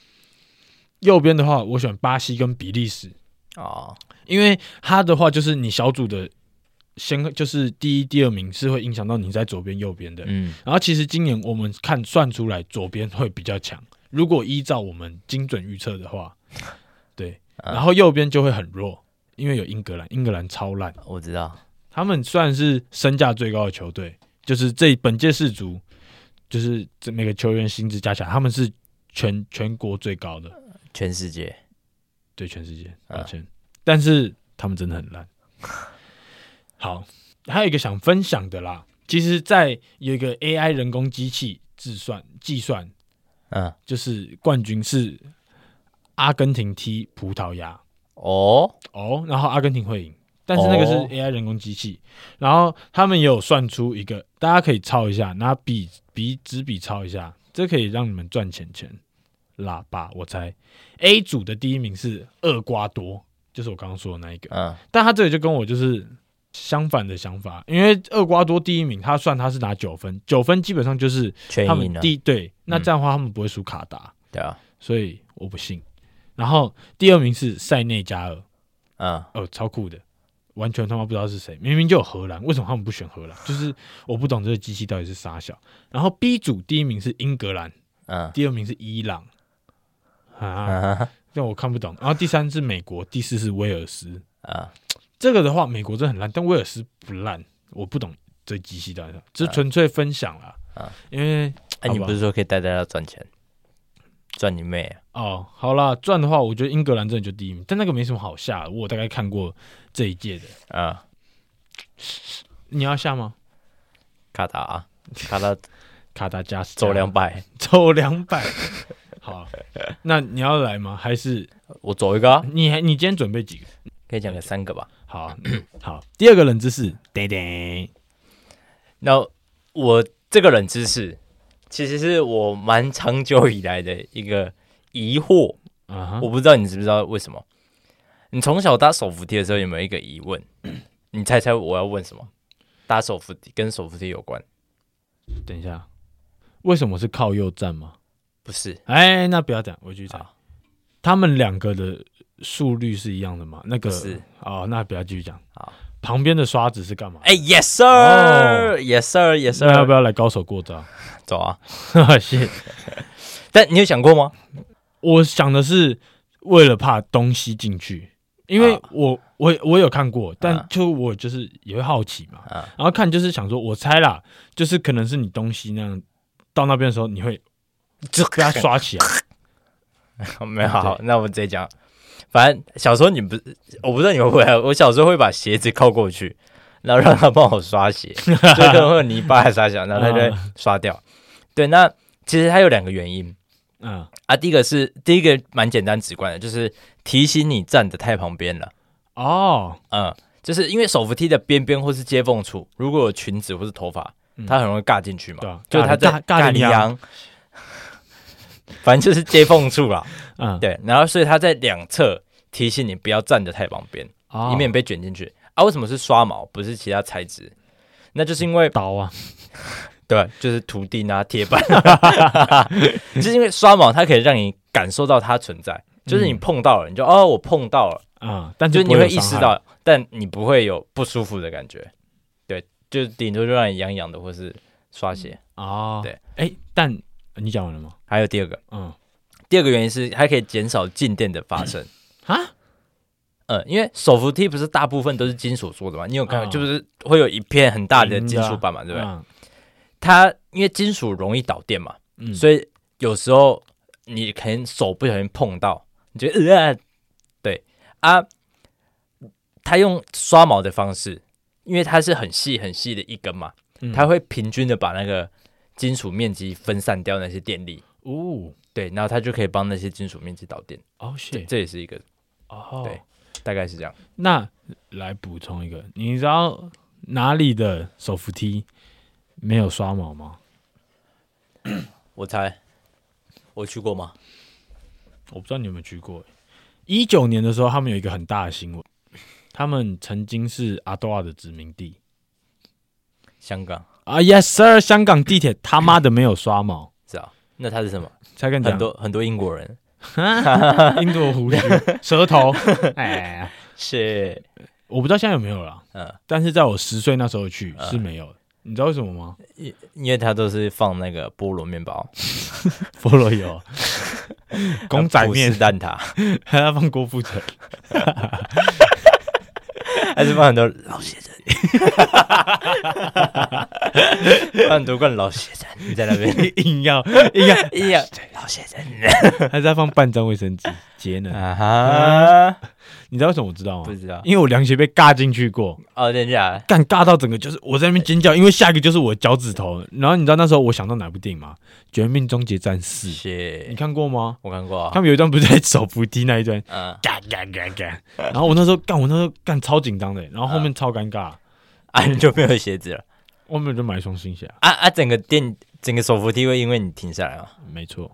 Speaker 1: 右边的话我选巴西跟比利时。
Speaker 3: 哦，
Speaker 1: 因为他的话就是你小组的先就是第一、第二名是会影响到你在左边、右边的。
Speaker 3: 嗯，
Speaker 1: 然后其实今年我们看算出来左边会比较强，如果依照我们精准预测的话，对，
Speaker 3: 嗯
Speaker 1: 然后右边就会很弱，因为有英格兰，英格兰超烂，
Speaker 3: 我知道，
Speaker 1: 他们算是身价最高的球队，就是这本届世足，就是这每个球员薪资加起来，他们是全全国最高的，
Speaker 3: 全世界
Speaker 1: 对全世界，
Speaker 3: 嗯
Speaker 1: 抱歉，但是他们真的很烂。好，还有一个想分享的啦，其实，在有一个 AI 人工机器计算计算，
Speaker 3: 嗯，
Speaker 1: 就是冠军是阿根廷踢葡萄牙
Speaker 3: 哦，
Speaker 1: 哦，然后阿根廷会赢，但是那个是
Speaker 3: 哦
Speaker 1: AI 人工机器，然后他们也有算出一个，大家可以抄一下，拿笔笔纸笔抄一下，这可以让你们赚钱钱。喇叭，我猜 A 组的第一名是厄瓜多，就是我刚刚说的那一个。
Speaker 3: 嗯
Speaker 1: 但他这里就跟我就是相反的想法，因为厄瓜多第一名，他算他是拿九分，九分基本上就是
Speaker 3: 全
Speaker 1: 他
Speaker 3: 赢
Speaker 1: 们
Speaker 3: 了，
Speaker 1: 第对，那这样的话他们不会输卡达，
Speaker 3: 对啊，
Speaker 1: 所以我不信。然后第二名是塞内加尔，
Speaker 3: 嗯，
Speaker 1: 哦，超酷的，完全他妈不知道是谁，明明就有荷兰，为什么他们不选荷兰？就是我不懂这个机器到底是啥小。然后 B 组第一名是英格兰，
Speaker 3: 嗯
Speaker 1: 第二名是伊朗，啊，
Speaker 3: 嗯哼
Speaker 1: 但我看不懂。然后第三是美国，第四是威尔斯，
Speaker 3: 嗯，
Speaker 1: 这个的话，美国真的很烂，但威尔斯不烂，我不懂这机器到底是啥，只是纯粹分享啦。
Speaker 3: 啊
Speaker 1: 因为
Speaker 3: 哎，
Speaker 1: 好
Speaker 3: 你
Speaker 1: 吧
Speaker 3: 不是说可以带大家赚钱，赚你妹啊！
Speaker 1: 哦，好啦，赚的话，我觉得英格兰真的就第一名，但那个没什么好下的，我大概看过这一届的。
Speaker 3: 嗯，
Speaker 1: 你要下吗？
Speaker 3: 卡达啊，卡达
Speaker 1: 卡达加斯
Speaker 3: 走两百，
Speaker 1: [LAUGHS] 走两百。好，那你要来吗？还是
Speaker 3: 我走一个啊，
Speaker 1: 你还你今天准备几个？
Speaker 3: 可以讲个三个吧。
Speaker 1: 好好，第二个冷知识，叮叮，
Speaker 3: 那我这个冷知识，其实是我蛮长久以来的一个疑惑，
Speaker 1: 啊哈
Speaker 3: 我，不知道你知不知道为什么。你从小搭手扶梯的时候有没有一个疑问？你猜猜我要问什么？搭手扶梯跟手扶梯有关？
Speaker 1: 等一下，为什么是靠右站吗？
Speaker 3: 不是，
Speaker 1: 哎，那不要讲，我继续讲
Speaker 3: 好。
Speaker 1: 他们两个的速率是一样的吗？那个
Speaker 3: 不是
Speaker 1: 哦，那不要继续讲。
Speaker 3: 好，
Speaker 1: 旁边的刷子是干嘛？
Speaker 3: 哎、y e s
Speaker 1: 哦
Speaker 3: sir，yes sir，yes
Speaker 1: 那要
Speaker 3: sir，
Speaker 1: 不要来高手过招？ [LAUGHS]
Speaker 3: 走啊！
Speaker 1: 是，
Speaker 3: 但你有想过吗？
Speaker 1: 我想的是为了怕东西进去，因为
Speaker 3: 啊
Speaker 1: 我我我有看过，但
Speaker 3: 啊
Speaker 1: 就我就是也会好奇嘛，
Speaker 3: 啊，
Speaker 1: 然后看就是想说，我猜啦，就是可能是你东西那样到那边的时候，你会
Speaker 3: 这
Speaker 1: 被它刷起来。
Speaker 3: [LAUGHS] 没有，好那我直接讲。反正小时候你不是，我不知道你会不会啊，我小时候会把鞋子靠过去，然后让他帮我
Speaker 1: [LAUGHS]
Speaker 3: 刷鞋，所以可能会有泥巴还是啥小，然后他就
Speaker 1: 啊
Speaker 3: 会刷掉。对，那其实它有两个原因
Speaker 1: 嗯，
Speaker 3: 啊，第一个是第一个蛮简单直观的，就是提醒你站的太旁边了，
Speaker 1: 哦，
Speaker 3: 嗯，就是因为手扶梯的边边或是接缝处，如果有裙子或是头发，它很容易尬进去嘛，
Speaker 1: 嗯对啊
Speaker 3: 就是它在
Speaker 1: 尬尬
Speaker 3: 你
Speaker 1: 羚羊
Speaker 3: 羊， [LAUGHS] 反正就是接缝处啦。
Speaker 1: 嗯，
Speaker 3: 对，然后所以他在两侧提醒你不要站得太旁边，
Speaker 1: 哦，
Speaker 3: 以免被卷进去。啊，为什么是刷毛不是其他材质？那就是因为
Speaker 1: 刀啊，
Speaker 3: 对，就是土地啊、铁板，啊 [LAUGHS] 就是因为刷毛它可以让你感受到它存在，就是你碰到了，你就哦我碰到了，
Speaker 1: 嗯，但
Speaker 3: 就是
Speaker 1: 嗯
Speaker 3: 是
Speaker 1: 不
Speaker 3: 你
Speaker 1: 会
Speaker 3: 会
Speaker 1: 有
Speaker 3: 意识
Speaker 1: 伤害，
Speaker 3: 到，但你不会有不舒服的感觉。对，就是顶多就让你痒痒的，或是刷鞋。
Speaker 1: 哦，
Speaker 3: 对，
Speaker 1: 哎，但你讲完了吗？
Speaker 3: 还有第二个，
Speaker 1: 嗯，
Speaker 3: 第二个原因是它可以减少静电的发生。
Speaker 1: 啊，
Speaker 3: 嗯，因为手扶梯不是大部分都是金属做的嘛？你有看过，
Speaker 1: 嗯
Speaker 3: 就是会有一片很大的金属板嘛，对不对？
Speaker 1: 嗯
Speaker 3: 它因为金属容易导电嘛，
Speaker 1: 嗯
Speaker 3: 所以有时候你可能手不小心碰到，你觉得呃，对啊，它用刷毛的方式，因为它是很细很细的一根嘛，
Speaker 1: 嗯
Speaker 3: 它会平均的把那个金属面积分散掉那些电力，
Speaker 1: 哦
Speaker 3: 对，然后它就可以帮那些金属面积导电，
Speaker 1: 哦
Speaker 3: 这
Speaker 1: 谢
Speaker 3: 这也是一个
Speaker 1: 哦，
Speaker 3: 对大概是这样。
Speaker 1: 那来补充一个，你知道哪里的手扶梯没有刷毛吗？
Speaker 3: 我猜，我去过吗？
Speaker 1: 我不知道你有没有去过。欸一九年的时候，他们有一个很大的新闻，他们曾经是阿多尔的殖民地
Speaker 3: 香港
Speaker 1: 啊，yes sir，香港地铁他妈的没有刷毛，
Speaker 3: 是啊，那它是什么？
Speaker 1: 才跟你
Speaker 3: 很
Speaker 1: 讲，
Speaker 3: 多很多英国人
Speaker 1: 印度
Speaker 3: [LAUGHS]
Speaker 1: 胡须、舌头，哎，
Speaker 3: 是，
Speaker 1: 我不知道现在有没有啦，
Speaker 3: 嗯，
Speaker 1: 但是在我十岁那时候去是没有的，你知道为什么
Speaker 3: [LAUGHS]
Speaker 1: 吗？
Speaker 3: 因因为它都是放那个菠萝面包、
Speaker 1: 菠萝油、 [LAUGHS] 公仔
Speaker 3: 啊不
Speaker 1: 面
Speaker 3: 是，蛋挞，
Speaker 1: 还要放郭富城。
Speaker 3: 还是放很多老鞋子，放很多罐老鞋子，你在那边
Speaker 1: [LAUGHS] 硬要硬要，
Speaker 3: 一样老鞋子
Speaker 1: 还是要放半张卫生纸节能。
Speaker 3: 啊哈，
Speaker 1: 你知道为什么我知道
Speaker 3: 不
Speaker 1: 吗？
Speaker 3: 知道
Speaker 1: 因为我凉鞋被尬进去过，
Speaker 3: 哦，等一下，
Speaker 1: 干尬到整个就是我在那边尖叫，因为下一个就是我的脚趾头。然后你知道那时候我想到哪部电影吗？《绝命终结战四》，你
Speaker 3: 是，
Speaker 1: 看过吗？
Speaker 3: 我看过啊
Speaker 1: 他，们有一段不是在手扶梯那一段，
Speaker 3: 嗯，
Speaker 1: 嘎嘎嘎嘎。然
Speaker 3: 啊
Speaker 1: 后我那时候干，我那时候干超紧张的，然后后面超尴尬。
Speaker 3: 啊，你就没有鞋子了，
Speaker 1: 我们就买一双新鞋啊，
Speaker 3: 啊啊，整个电整个手扶梯会因为你停下来吗？
Speaker 1: 没错。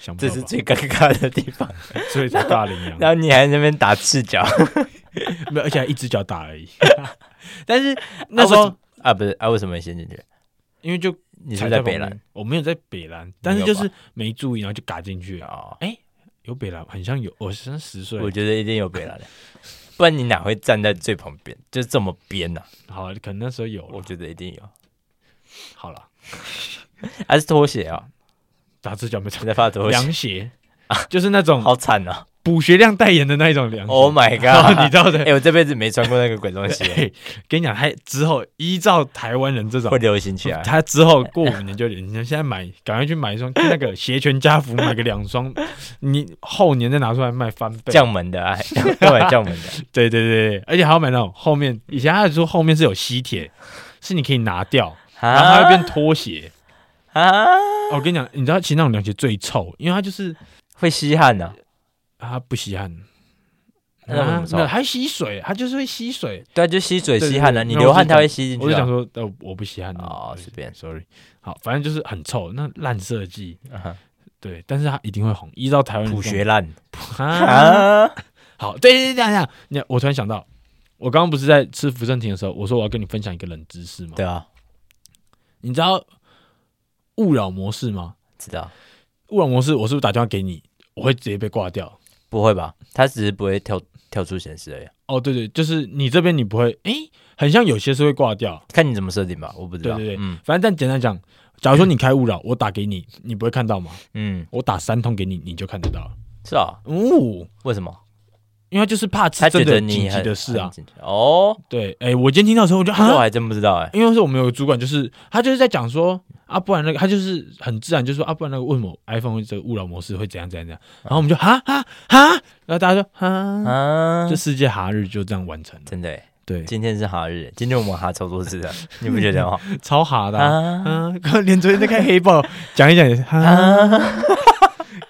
Speaker 1: 想不
Speaker 3: 这
Speaker 1: 到
Speaker 3: 是
Speaker 1: 吧
Speaker 3: 最尴尬的地方。
Speaker 1: [LAUGHS]
Speaker 3: [LAUGHS]
Speaker 1: 所以才大羚羊，
Speaker 3: 然后你还在 [LAUGHS] 那边打赤脚， [LAUGHS]
Speaker 1: 没有，而且还一只脚打而已。但是那时
Speaker 3: 啊为什
Speaker 1: 候
Speaker 3: 么啊不是啊，为什么先进去？
Speaker 1: 因为就
Speaker 3: 你是
Speaker 1: 踩在
Speaker 3: 不是在
Speaker 1: 旁
Speaker 3: 北
Speaker 1: 边
Speaker 3: 兰？，
Speaker 1: 我没有在北兰，但是
Speaker 3: 有
Speaker 1: 就
Speaker 3: 吧
Speaker 1: 是没注意，然后就嘎进去了。
Speaker 3: 哦，
Speaker 1: 有北兰，很像有，我像十岁
Speaker 3: 我，觉得一定有北兰的，不然你哪会站在最旁边？就这么边呐、
Speaker 1: 好，可能那时候有
Speaker 3: 我
Speaker 1: 了。
Speaker 3: 觉得一定有，
Speaker 1: 好了，
Speaker 3: 还是拖鞋啊？
Speaker 1: 打赤脚没穿
Speaker 3: 你在发拖鞋，
Speaker 1: 凉鞋，就是那种
Speaker 3: 好惨啊
Speaker 1: 补学亮代言的那一种凉鞋。
Speaker 3: ！Oh [LAUGHS] my
Speaker 1: 然后 [LAUGHS]
Speaker 3: god！
Speaker 1: 你知道的
Speaker 3: 哎、，我这辈子没穿过那个鬼 [LAUGHS] 东西，
Speaker 1: 嘿跟你讲，他之后依照台湾人这种
Speaker 3: 会，流行起来。
Speaker 1: 他之后过五年就你现在买，赶快去买一双那个鞋全家福，买个两双，你后年再拿出来卖翻倍。
Speaker 3: 降门的爱， [LAUGHS] 要买降门的，
Speaker 1: 对对对，对而且还要买那种后面，以前他说后面是有吸铁，是你可以拿掉，然后它会变拖鞋。
Speaker 3: 啊，
Speaker 1: 哦我跟你讲，你知道其实那种凉鞋最臭，因为它就是
Speaker 3: 会吸汗啊呐、
Speaker 1: 它不吸汗。
Speaker 3: 那为什
Speaker 1: 啊
Speaker 3: 么，臭
Speaker 1: 没有它吸水，它就是会吸水。
Speaker 3: 对啊，就吸嘴
Speaker 1: 对
Speaker 3: 吸汗呐、
Speaker 1: 对对
Speaker 3: 你流汗
Speaker 1: 那
Speaker 3: 它
Speaker 1: 我
Speaker 3: 会
Speaker 1: 是
Speaker 3: 吸进
Speaker 1: 我
Speaker 3: 去、
Speaker 1: 就想
Speaker 3: 啊。
Speaker 1: 说，呃，我不吸汗
Speaker 3: 哦
Speaker 1: 对
Speaker 3: 随便
Speaker 1: ，sorry。好，反正就是很臭，那烂设计，
Speaker 3: 嗯哼
Speaker 1: 对，但是它一定会红。依照台湾人
Speaker 3: 普
Speaker 1: 这
Speaker 3: 学
Speaker 1: 种
Speaker 3: 烂 [LAUGHS]
Speaker 1: 啊， [LAUGHS]
Speaker 3: 啊，
Speaker 1: 好，对对对，这样这样，你我突然想到，我刚刚不是在吃福盛亭的时候，我说我要跟你分享一个冷知识吗？
Speaker 3: 对啊，
Speaker 1: 你知道勿扰模式吗？
Speaker 3: 知道。
Speaker 1: 勿扰模式，我是不是打电话给你，我会直接被挂掉？
Speaker 3: 不会吧？它只是不会跳跳出显示而已。啊
Speaker 1: 哦，对对，就是你这边你不会，诶、很像有些是会挂掉。
Speaker 3: 看你怎么设定吧，我不知
Speaker 1: 对
Speaker 3: 道。
Speaker 1: 对对，
Speaker 3: 嗯
Speaker 1: 反正但简单讲，假如说你开勿扰，我打给你，你不会看到吗？
Speaker 3: 嗯，
Speaker 1: 我打三通给你，你就看得到了。
Speaker 3: 是啊，
Speaker 1: 哦，
Speaker 3: 为什么？
Speaker 1: 因为他就是啊怕
Speaker 3: 他
Speaker 1: 真的
Speaker 3: 觉得
Speaker 1: 有
Speaker 3: 你
Speaker 1: 紧急
Speaker 3: 很
Speaker 1: 的事啊
Speaker 3: 很。紧急哦，
Speaker 1: 对，诶，我今天听到的时候，我就
Speaker 3: 这我
Speaker 1: 啊，
Speaker 3: 还真不知道哎、
Speaker 1: 因为是我们有个主管，就是他就是在讲说啊，不然那个他就是很自然就说啊，不然那个为什么 iPhone 会这个勿扰模式会怎样怎样怎样，然后我们就哈哈哈，然后大家就哈，
Speaker 3: 啊，
Speaker 1: 这世界哈日就这样完成了。
Speaker 3: 真的、欸，
Speaker 1: 对，
Speaker 3: 今天是哈日，今天我们哈超多
Speaker 1: [LAUGHS]
Speaker 3: 次的，你不觉得吗？
Speaker 1: 超哈的啊。
Speaker 3: 啊
Speaker 1: 啊， [LAUGHS] 连昨天在看黑豹，讲一讲也是，啊，
Speaker 3: 啊，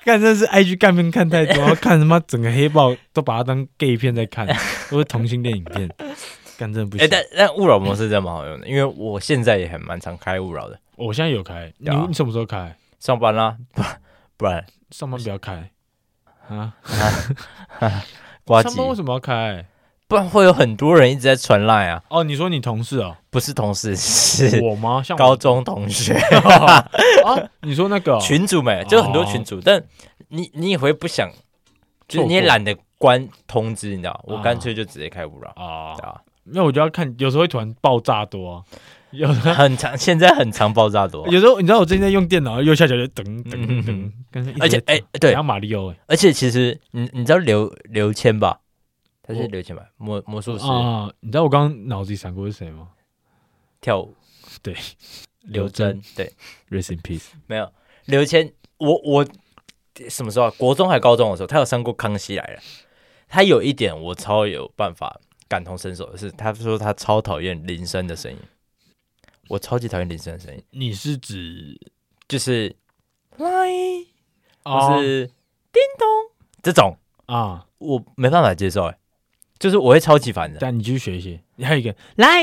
Speaker 1: 看真的是 IG [LAUGHS] 干片看太
Speaker 3: [LAUGHS]
Speaker 1: 多，看他妈整个黑豹都把它当 gay 片在看，都是同性恋影片，干真的不
Speaker 3: 哎、
Speaker 1: 行。
Speaker 3: 但但勿扰模式真的蛮好用的，因为我现在也很蛮常开勿扰的，
Speaker 1: 我现在有开，你
Speaker 3: 对啊
Speaker 1: 你什么时候开？
Speaker 3: 上班啦， [LAUGHS] 不不然
Speaker 1: 上班不要开啊，
Speaker 3: 呱
Speaker 1: 上班为
Speaker 3: 唧，
Speaker 1: 什么要开？
Speaker 3: 不然会有很多人一直在传赖啊，
Speaker 1: 哦，你说你同事哦，
Speaker 3: 不是同事是
Speaker 1: 我吗？像 [LAUGHS]
Speaker 3: 高
Speaker 1: 我
Speaker 3: 中同学。
Speaker 1: 啊，你说那个哦
Speaker 3: 群主们就很多群主，但你你也会不想，
Speaker 1: 错
Speaker 3: 就是
Speaker 1: 过
Speaker 3: 你也懒得关通知，你知道？我干脆就直接开勿扰，
Speaker 1: 啊
Speaker 3: 对，吧？
Speaker 1: 那我就要看，有时候会突然爆炸多啊，有时候
Speaker 3: 很长， [LAUGHS] 现在很常爆炸多，啊
Speaker 1: 有时候你知道我最近在用电脑，右下角就噔噔噔
Speaker 3: 嗯，
Speaker 1: 跟着一直
Speaker 3: 而且
Speaker 1: 在
Speaker 3: 哎、对
Speaker 1: 然，后马里奥哎
Speaker 3: 而且其实你你知道刘刘谦吧？他是
Speaker 1: 我
Speaker 3: 刘谦吧？魔魔术师
Speaker 1: 啊，你知道我刚刚脑子里闪过是谁吗
Speaker 3: 跳舞，
Speaker 1: 对，
Speaker 3: 刘真对，
Speaker 1: ？Rest in peace。
Speaker 3: 没有刘谦，我我什么时候啊？国中还高中的时候，他有上过《康熙来了》，他有一点我超有办法感同身受的是，他说他超讨厌铃声的声音，我超级讨厌铃声的声音，
Speaker 1: 你是指
Speaker 3: 就是来或
Speaker 1: 哦
Speaker 3: 是叮咚这种，
Speaker 1: 啊？
Speaker 3: 我没办法接受，哎，就是我会超级烦的。
Speaker 1: 但你继续学一些，你还有一个来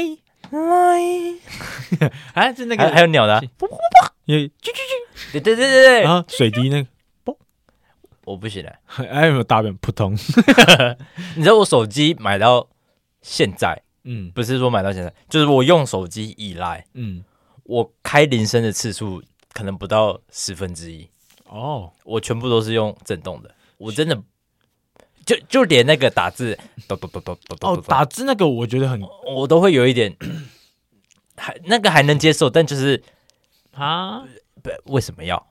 Speaker 3: 来，
Speaker 1: [LAUGHS] 啊，是那啊
Speaker 3: 还有还
Speaker 1: 个
Speaker 3: 有鸟的啊，
Speaker 1: 有啾啾
Speaker 3: 对对对对
Speaker 1: 然
Speaker 3: 对，
Speaker 1: 后水滴那个， [LAUGHS]
Speaker 3: 我不行哎，
Speaker 1: 还有没有大便扑通？
Speaker 3: 你知道我手机买到现在，
Speaker 1: 嗯
Speaker 3: 不是说买到现在，就是我用手机以来。
Speaker 1: 嗯，
Speaker 3: 我开铃声的次数可能不到十分之一，
Speaker 1: 哦，
Speaker 3: 我全部都是用震动的。我真的就就连那个打字，咚咚咚咚咚咚
Speaker 1: 哦，
Speaker 3: 咚
Speaker 1: 打字那个我觉得很
Speaker 3: 咚，我都会有一点，还那个还能接受，但就是
Speaker 1: 啊，
Speaker 3: 不为什么要？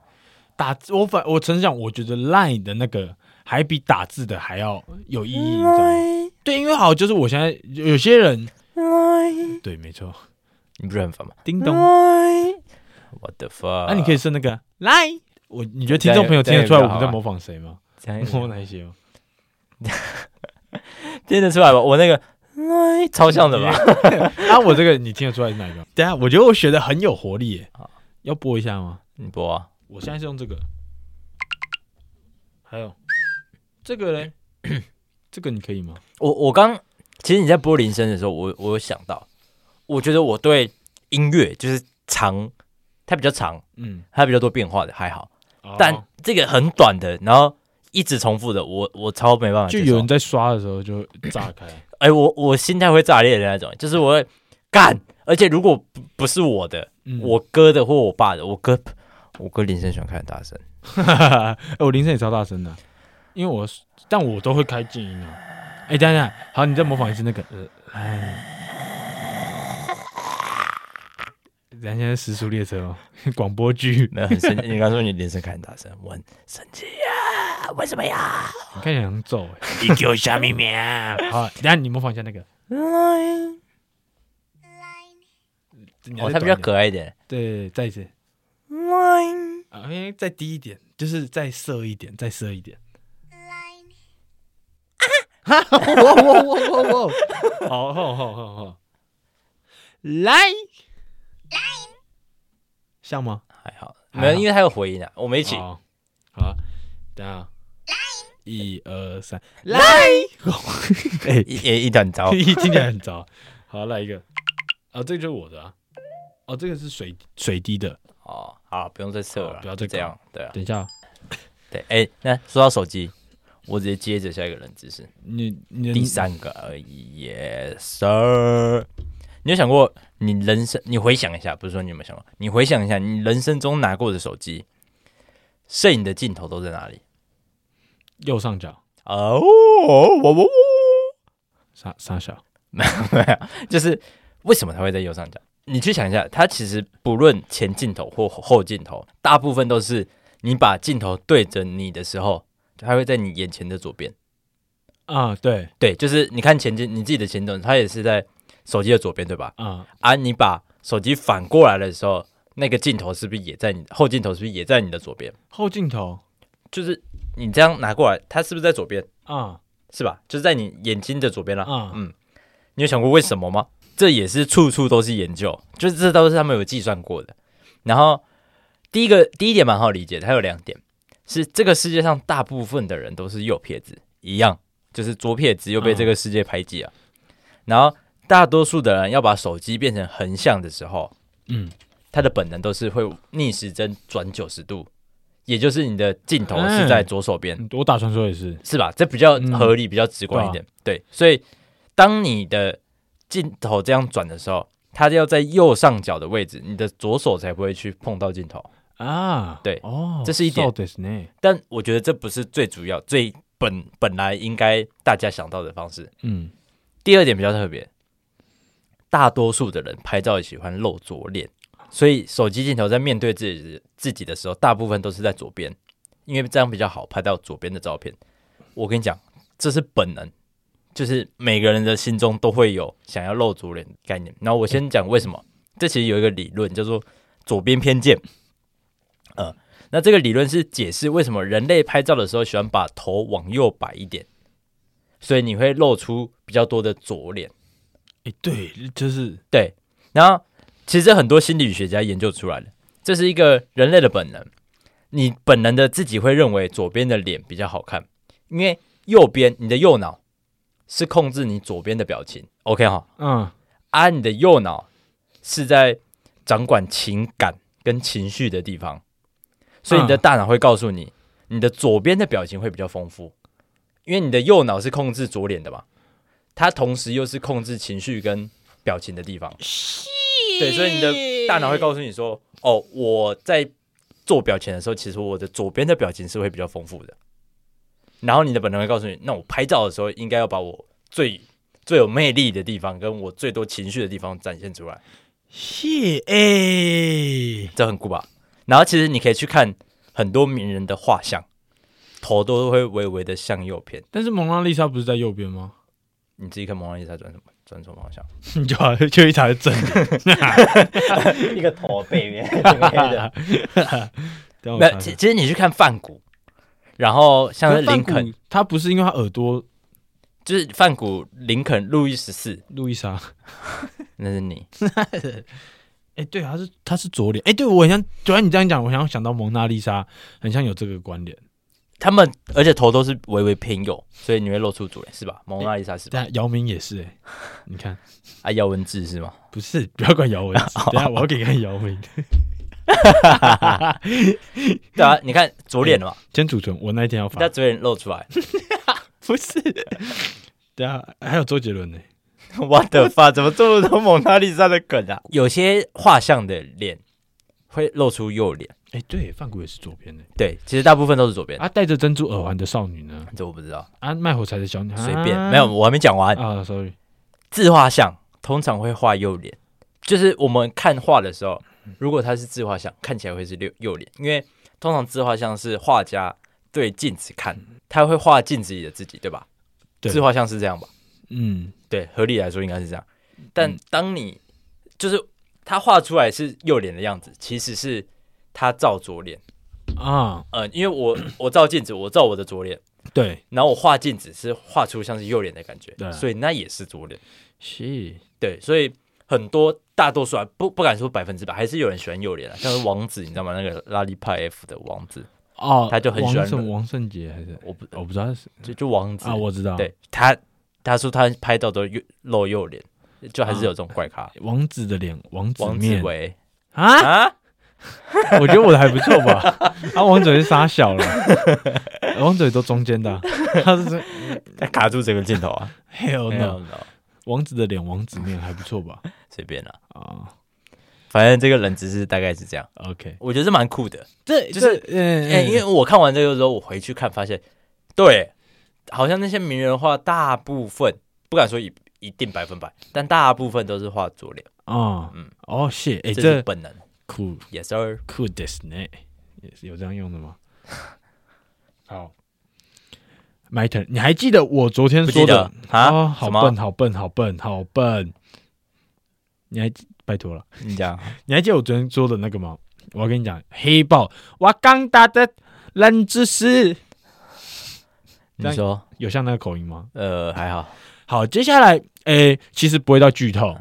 Speaker 1: 打字我反我曾讲，我觉得 Line 的那个还比打字的还要有意义，你知道吗？对，因为好就是我现在有有些人 [LAUGHS] 对，没错，嗯
Speaker 3: 你不是很烦吗
Speaker 1: 叮咚，
Speaker 3: ？What the fuck？
Speaker 1: 那、你可以设那个来，我你觉得听众朋友听得出来我们在模仿谁吗？
Speaker 3: 这样
Speaker 1: 模仿哪一些吗？
Speaker 3: 听得出来吧？我那个来超像的吧？
Speaker 1: [LAUGHS] 啊，我这个你听得出来是哪一个？ [LAUGHS] 等一下，我觉得我学的很有活力耶
Speaker 3: 好，
Speaker 1: 要播一下吗？
Speaker 3: 你播啊？
Speaker 1: 我现在是用这个，还有这个 [COUGHS] 嘞，这个你可以吗？
Speaker 3: 我我刚其实你在播铃声的时候，我我有想到，我觉得我对音乐就是长，它比较长，
Speaker 1: 嗯，
Speaker 3: 它比较多变化的还好，
Speaker 1: 哦
Speaker 3: 但这个很短的，然后一直重复的，我我超没办法
Speaker 1: 就
Speaker 3: 接
Speaker 1: 有
Speaker 3: 受
Speaker 1: 人。在刷的时候就炸开，
Speaker 3: 哎、我我心态会炸裂的那种，就是我会干，而且如果不不是我的，
Speaker 1: 嗯
Speaker 3: 我哥的或我爸的，我哥我哥铃声喜欢开很大声，
Speaker 1: 哎 [LAUGHS] 我铃声也超大声的啊，因为我但我都会开静音啊。哎，等一下，好，你再模仿一次那个，呃，哎，咱现在时速列车哦，广播剧，
Speaker 3: 没有
Speaker 1: [LAUGHS]
Speaker 3: 很生气。你刚说你铃声开很大声，我很生气呀、为什么呀？
Speaker 1: 你看起来很皱哎。
Speaker 3: 你给我下命名。 [LAUGHS]
Speaker 1: 好，等一下你模仿一下那个，
Speaker 3: 哦，
Speaker 1: 你要再
Speaker 3: 他哦比
Speaker 1: 短
Speaker 3: 较
Speaker 1: 一点
Speaker 3: 可爱一点。
Speaker 1: 对，再一次，啊，哎，再低一点，就是再色一点，再色一点。啊哇哇哇哇哇！ [LAUGHS] 好好好好好，来来，像吗？
Speaker 3: 还好，
Speaker 1: 还好哦
Speaker 3: 没有，因为他有回音啊。我们一
Speaker 1: 一
Speaker 3: 起，
Speaker 1: 好，好等一下，一二三，来，哎，。
Speaker 3: 一也一短
Speaker 1: [LAUGHS]
Speaker 3: 招
Speaker 1: 一听起来很糟。好，来一个，啊，这个就是我的啊，哦，这个是水水滴的，
Speaker 3: 哦，好，不用再测了，
Speaker 1: 好不要再搞
Speaker 3: 这样。对啊，
Speaker 1: 等一下，
Speaker 3: 对，哎，那说到手机，我直接接着下一个冷知识，
Speaker 1: 你你的
Speaker 3: 第三个而已，yes sir。你有想过你人生？你回想一下，不是说你有没有想过？你回想一下，你人生中拿过的手机，摄影的镜头都在哪里？
Speaker 1: 右上角，
Speaker 3: 哦，我我我，
Speaker 1: 傻傻小，
Speaker 3: 就是为什么它会在右上角？你去想一下，它其实不论前镜头或后镜头，大部分都是你把镜头对着你的时候，它会在你眼前的左边。
Speaker 1: 啊，对，
Speaker 3: 对，就是你看前镜，你自己的前镜头，它也是在手机的左边，对吧？
Speaker 1: 啊，
Speaker 3: 啊，你把手机反过来的时候，那个镜头是不是也在你后镜头？是不是也在你的左边？
Speaker 1: 后镜头，
Speaker 3: 就是你这样拿过来，它是不是在左边？
Speaker 1: 啊
Speaker 3: 是吧？就是在你眼睛的左边啦。
Speaker 1: 啊，
Speaker 3: 嗯，你有想过为什么吗？这也是处处都是研究，就是这都是他们有计算过的。然后第一个第一点蛮好理解的，它有两点，是这个世界上大部分的人都是右撇子，一样就是左撇子又被这个世界排挤啊。然后大多数的人要把手机变成横向的时候，
Speaker 1: 嗯，
Speaker 3: 他的本能都是会逆时针转九十度，也就是你的镜头是在左手边。
Speaker 1: 嗯我打传说也是，
Speaker 3: 是吧？这比较合理，比较直观一点。对，所以当你的镜头这样转的时候，它要在右上角的位置，你的左手才不会去碰到镜头。
Speaker 1: 啊，
Speaker 3: 对
Speaker 1: 哦，
Speaker 3: 这是一点
Speaker 1: そうですね，
Speaker 3: 但我觉得这不是最主要、最本本来应该大家想到的方式。
Speaker 1: 嗯，
Speaker 3: 第二点比较特别，大多数的人拍照喜欢露左脸，所以手机镜头在面对自己自己的时候，大部分都是在左边，因为这样比较好拍到左边的照片。我跟你讲，这是本能，就是每个人的心中都会有想要露左脸的概念。然后我先讲为什么，这其实有一个理论叫做左边偏见。呃，那这个理论是解释为什么人类拍照的时候喜欢把头往右摆一点，所以你会露出比较多的左脸。
Speaker 1: 哎，对，就是
Speaker 3: 对，然后其实很多心理学家研究出来的，这是一个人类的本能。你本能的自己会认为左边的脸比较好看，因为右边你的右脑是控制你左边的表情，OK 哈？
Speaker 1: 嗯，
Speaker 3: 啊，你的右脑是在掌管情感跟情绪的地方，所以你的
Speaker 1: 嗯
Speaker 3: 大脑会告诉你，你的左边的表情会比较丰富，因为你的右脑是控制左脸的嘛，它同时又是控制情绪跟表情的地方。对，所以你的大脑会告诉你说，哦，我在做表情的时候，其实我的左边的表情是会比较丰富的。然后你的本能会告诉你，那我拍照的时候应该要把我最最有魅力的地方跟我最多情绪的地方展现出来，
Speaker 1: 谢哎，
Speaker 3: 这很酷吧？然后其实你可以去看很多名人的画像，头都会微微的向右偏。
Speaker 1: 但是蒙娜丽莎不是在右边吗？
Speaker 3: 你自己看蒙娜丽莎转什么转什么方向？
Speaker 1: 你 [LAUGHS] 就好就一台正脸，
Speaker 3: [LAUGHS] 一个头背
Speaker 1: [LAUGHS]
Speaker 3: 面的。
Speaker 1: 等一哦下我
Speaker 3: 没有，
Speaker 1: 查
Speaker 3: 其
Speaker 1: 一下
Speaker 3: 其实你去看范谷，然后像是林
Speaker 1: 可是
Speaker 3: 肯
Speaker 1: 范，谷他不是因为他耳朵
Speaker 3: 就是范谷、林肯、路易十四，
Speaker 1: 路易莎，
Speaker 3: 那是你。
Speaker 1: 哎，对，他是他是左脸，哎，对我很像，突然你这样讲，我好像想到蒙娜丽莎，很像有这个关联，
Speaker 3: 他们而且头都是微微偏右，所以你会露出主人是吧？蒙娜丽莎是吧？
Speaker 1: 但姚明也是哎、你看
Speaker 3: 啊，姚文志是吗？
Speaker 1: 不是，不要管姚
Speaker 3: [LAUGHS]
Speaker 1: 文字，等一下我要给你看姚明。
Speaker 3: 对啊，你看左脸了嘛，
Speaker 1: 先储存，我那一天要发
Speaker 3: 他。左脸露出 [LAUGHS] 来，
Speaker 1: 不是，对啊，还有周杰伦呢、
Speaker 3: 我的发怎么这么多蒙娜丽莎的梗啊？有些画像的脸会露出右脸，
Speaker 1: 哎、对，范谷也是左边的、
Speaker 3: 对，其实大部分都是左边，
Speaker 1: 啊，戴着珍珠耳环的少女呢？
Speaker 3: 这我不知道，
Speaker 1: 啊，卖火柴的小女孩。
Speaker 3: 随便，没有，我还没讲完。
Speaker 1: 啊，sorry，
Speaker 3: 自画像通常会画右脸，就是我们看画的时候，如果它是自画像，看起来会是右右脸，因为通常自画像是画家对镜子看，他会画镜子里的自己，对吧？
Speaker 1: 对
Speaker 3: 自画像是这样吧？
Speaker 1: 嗯，
Speaker 3: 对，合理来说应该是这样。但当你就是他画出来是右脸的样子，其实是他照左脸。
Speaker 1: 啊，
Speaker 3: 呃，因为我 [COUGHS] 我照镜子，我照我的左脸，
Speaker 1: 对，
Speaker 3: 然后我画镜子是画出像是右脸的感觉
Speaker 1: 对，
Speaker 3: 所以那也是左脸。
Speaker 1: 是，
Speaker 3: 对，所以很多大多数啊，不不敢说百分之百，还是有人喜欢右脸啊，像是王子，你知道吗？那个拉力派 F 的王子，
Speaker 1: 哦，
Speaker 3: 他就很喜欢
Speaker 1: 王圣王圣杰还是
Speaker 3: 我不
Speaker 1: 我不知道他是
Speaker 3: 就就王子
Speaker 1: 啊，我知道，，
Speaker 3: 对他他说他拍到都右露右脸，就还是有这种怪咖，
Speaker 1: 王子的脸，王子
Speaker 3: 王子
Speaker 1: 面
Speaker 3: 维
Speaker 1: 啊，
Speaker 3: 啊，
Speaker 1: 我觉得我的还不错吧，啊，王嘴是傻小了，王嘴都中间的啊、他是说
Speaker 3: [LAUGHS] 他卡住整个镜头啊，
Speaker 1: hell
Speaker 3: 没
Speaker 1: no，
Speaker 3: 有没有，
Speaker 1: 王子的脸，王子面还不错吧？
Speaker 3: 随便啦，
Speaker 1: 啊
Speaker 3: 反正这个冷知识大概是这样，
Speaker 1: ，OK，
Speaker 3: 我觉得是蛮酷的，
Speaker 1: 这
Speaker 3: 就是
Speaker 1: 这嗯，
Speaker 3: 哎、因为我看完这个之后，我回去看发现，对，好像那些名人画大部分不敢说一一定百分百，但大部分都是画左脸，
Speaker 1: 啊，
Speaker 3: 嗯
Speaker 1: 哦，谢，哎，
Speaker 3: 这是
Speaker 1: 这
Speaker 3: 本能。
Speaker 1: 酷
Speaker 3: Yes sir，
Speaker 1: 酷 d i s n e 也是有这样用的吗？好，my turn，你还记得我昨天
Speaker 3: 不
Speaker 1: 说
Speaker 3: 记得
Speaker 1: 的
Speaker 3: 啊？
Speaker 1: 哦好
Speaker 3: 什么
Speaker 1: 笨，，好笨，好笨，好笨，你还记拜托了。
Speaker 3: 你
Speaker 1: [LAUGHS]
Speaker 3: 讲
Speaker 1: 你还记得我昨天说的那个吗？我要跟你讲，黑豹，瓦刚达的冷知识，
Speaker 3: 你说
Speaker 1: 有像那个口音吗？
Speaker 3: 呃还好，
Speaker 1: 好，接下来，诶、其实不会到剧透，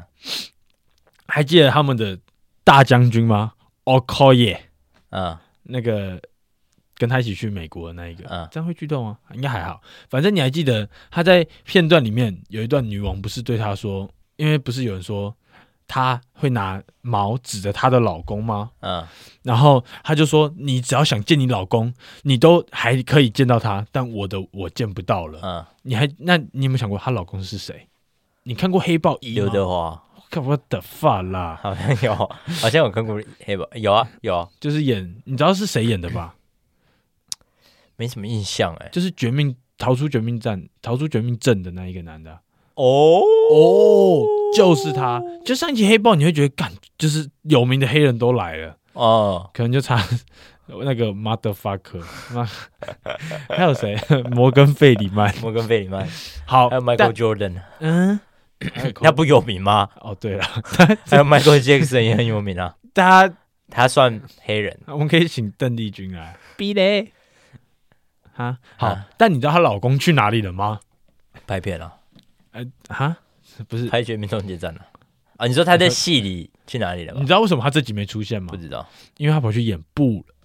Speaker 1: 还记得他们的大将军吗？o k o y
Speaker 3: 嗯
Speaker 1: 那个跟他一起去美国的那一个，
Speaker 3: 嗯
Speaker 1: 这样会剧透吗？应该还好，反正你还记得他在片段里面有一段女王不是对他说，因为不是有人说她会拿矛指着她的老公吗？
Speaker 3: 嗯
Speaker 1: 然后他就说：“你只要想见你老公，你都还可以见到他，但我的我见不到了。
Speaker 3: 嗯，
Speaker 1: 你还那你有没有想过她老公是谁？你看过《黑豹一》
Speaker 3: 刘
Speaker 1: 吗？
Speaker 3: 德华
Speaker 1: 看我的发啦，
Speaker 3: 好像有，好像有看过黑吧？有啊有啊，
Speaker 1: 就是演，你知道是谁演的
Speaker 3: [LAUGHS]
Speaker 1: 吧？
Speaker 3: 没什么印象哎。
Speaker 1: 就是《绝命逃出绝命站》逃出绝命镇的那一个男的啊、
Speaker 3: 哦
Speaker 1: 哦，就是他。就上一集《黑豹》，你会觉得干，就是有名的黑人都来了，
Speaker 3: 哦，
Speaker 1: 可能就差那个
Speaker 3: [LAUGHS]
Speaker 1: motherfucker，那还有谁？ [LAUGHS] 摩根费里曼。
Speaker 3: 摩根费里曼，
Speaker 1: 好，
Speaker 3: 还有
Speaker 1: 哦但
Speaker 3: Michael Jordan，
Speaker 1: 嗯，
Speaker 3: 他不有名吗？
Speaker 1: 哦，对
Speaker 3: [LAUGHS]
Speaker 1: 了，
Speaker 3: 还有 Michael Jackson 也很有名啊，
Speaker 1: 大家
Speaker 3: 他算黑人。
Speaker 1: [LAUGHS] 我们可以请邓丽君来。
Speaker 3: 逼嘞，
Speaker 1: 哈，好，
Speaker 3: 啊
Speaker 1: 但你知道她老公去哪里了吗？
Speaker 3: 拍片了，
Speaker 1: 呃，哈，不是，
Speaker 3: 拍《绝命终结战》了啊？你说他在戏里去哪里了
Speaker 1: 你
Speaker 3: 吧？
Speaker 1: 知道为什么她这集没出现吗
Speaker 3: 不？知道。
Speaker 1: 因为她跑去演布了，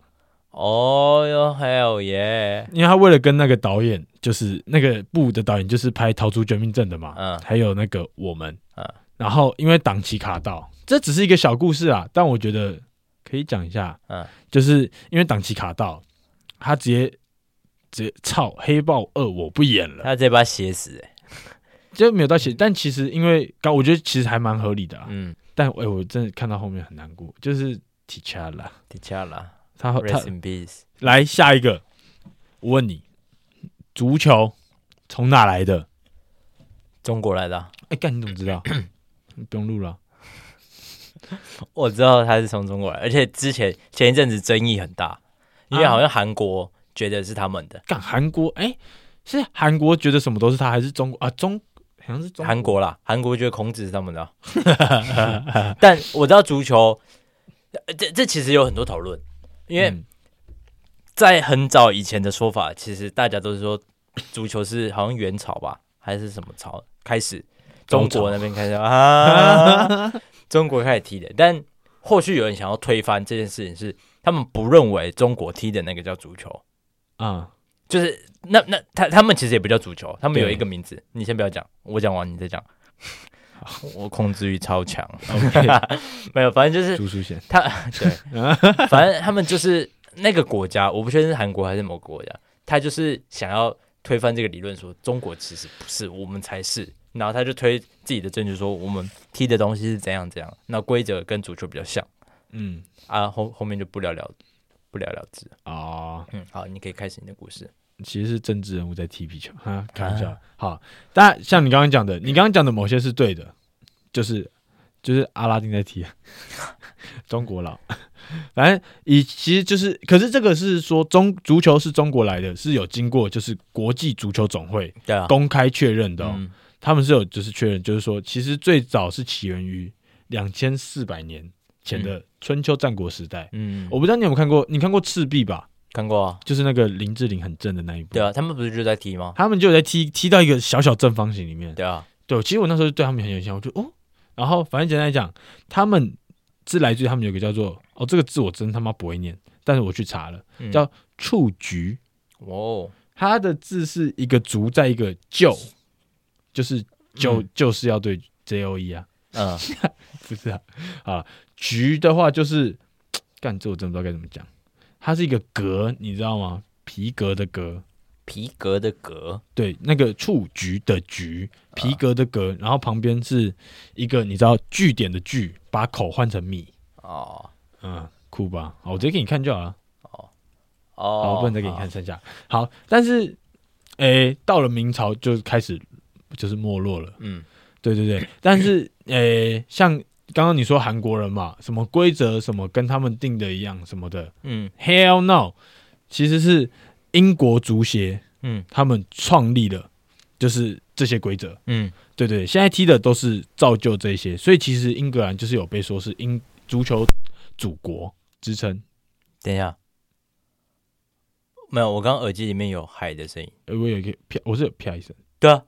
Speaker 3: 哦哟，Hell 耶！
Speaker 1: 因为她为了跟那个导演，就是那个布的导演，就是拍《逃出绝命镇》的嘛，
Speaker 3: 嗯
Speaker 1: 还有那个我们，
Speaker 3: 嗯
Speaker 1: 然后因为档期卡到，这只是一个小故事啊，但我觉得可以讲一下，
Speaker 3: 嗯
Speaker 1: 就是因为档期卡到，她直接直接操黑豹二我不演了。
Speaker 3: 他直接把他写死、欸。
Speaker 1: 就没有到写，但其实因为刚我觉得其实还蛮合理的、啊，
Speaker 3: 嗯，
Speaker 1: 但哎、我真的看到后面很难过，就是 T'Challa，
Speaker 3: 迪迦啦
Speaker 1: 他他
Speaker 3: ，Rest in peace。
Speaker 1: 来下一个，我问你，足球从哪来的？
Speaker 3: 中国来的啊、
Speaker 1: 哎、干你怎么知道？ [COUGHS] 不用录了，
Speaker 3: 我知道他是从中国来，而且之前前一阵子争议很大，因为
Speaker 1: 啊
Speaker 3: 好像韩国觉得是他们的，
Speaker 1: 干韩国哎、是韩国觉得什么都是他，还是中国啊？中好像是中
Speaker 3: 韩国啦，韩国觉得孔子是他们的啊、啊 [LAUGHS] 但我知道足球，呃这这其实有很多讨论，因为
Speaker 1: 嗯
Speaker 3: 在很早以前的说法，其实大家都是说足球是好像元朝吧，还是什么朝开始，
Speaker 1: 周
Speaker 3: 中
Speaker 1: 朝
Speaker 3: 国那边开始啊， [LAUGHS] 中国开始踢的。但或许有人想要推翻这件事情是，他们不认为中国踢的那个叫足球，
Speaker 1: 啊、
Speaker 3: 就是那那他他们其实也不叫足球，他们有
Speaker 1: 对
Speaker 3: 一个名字，你先不要讲，我讲完你再讲。我控制欲超强，
Speaker 1: OK，
Speaker 3: [LAUGHS] 没有，反正就是
Speaker 1: 朱淑贤，
Speaker 3: 他 [LAUGHS] 对，反正他们就是那个国家，我不确定是韩国还是某个国家，他就是想要推翻这个理论，说中国其实不是，我们才是。然后他就推自己的证据说，我们踢的东西是怎样怎样，那规则跟足球比较像
Speaker 1: 嗯，
Speaker 3: 啊。后后面就不了了，不了了之。
Speaker 1: 哦，
Speaker 3: 嗯，好，你可以开始你的故事。
Speaker 1: 其实是政治人物在踢皮球，
Speaker 3: 啊
Speaker 1: 哈，开玩笑。好，但像你刚刚讲
Speaker 3: 嗯
Speaker 1: 的，你刚刚讲的某些是对的，就是就是阿拉丁在踢， [LAUGHS] 中国佬。反正以其实就是，可是这个是说中足球是中国来的，是有经过就是国际足球总会
Speaker 3: 对啊，
Speaker 1: 公开确认的、哦，
Speaker 3: 嗯
Speaker 1: 他们是有就是确认，就是说其实最早是起源于两千四百年前的春秋战国时代。
Speaker 3: 嗯，
Speaker 1: 我不知道你有没有看过，你看过《赤壁》吧？
Speaker 3: 看过啊。
Speaker 1: 就是那个林志玲很正的那一部。
Speaker 3: 对啊，他们不是就在踢吗？
Speaker 1: 他们就有在踢踢到一个小小正方形里面。
Speaker 3: 对啊，
Speaker 1: 对，其实我那时候对他们很有印象，我就哦，然后反正简单来讲，他们是来自于他们有一个叫做哦，这个字我真他妈不会念，但是我去查了，
Speaker 3: 嗯
Speaker 1: 叫蹴鞠，
Speaker 3: 哇哦，
Speaker 1: 它的字是一个足在一个就，就是就、
Speaker 3: 嗯
Speaker 1: 就是要对 J O E 啊， [LAUGHS]
Speaker 3: 嗯，
Speaker 1: 不是啊，啊，局的话就是，干这我真不知道该怎么讲，它是一个革，你知道吗？皮革的革，
Speaker 3: 皮革的革，
Speaker 1: 对，那个蹴鞠的鞠，皮革的革，然后旁边是一个你知道句点的句，把口换成米，
Speaker 3: 哦
Speaker 1: 嗯，酷吧？好，我直接给你看就好了，
Speaker 3: 哦，
Speaker 1: 好，不能再给你
Speaker 3: 好
Speaker 1: 看剩下。好，但是，诶、到了明朝就开始就是没落了，
Speaker 3: 嗯
Speaker 1: 对对对。但是，诶、像刚刚你说韩国人嘛，什么规则什么跟他们定的一样什么的
Speaker 3: 嗯
Speaker 1: ，Hell no，其实是英国足协
Speaker 3: 嗯
Speaker 1: 他们创立了，就是这些规则。
Speaker 3: 嗯
Speaker 1: 对对，现在踢的都是造就这些，所以其实英格兰就是有被说是英足球祖国之称。
Speaker 3: 等一下，没有，我刚刚耳机里面有海的声音。
Speaker 1: 呃，我有一个啪，我是有啪一声，
Speaker 3: 对啊，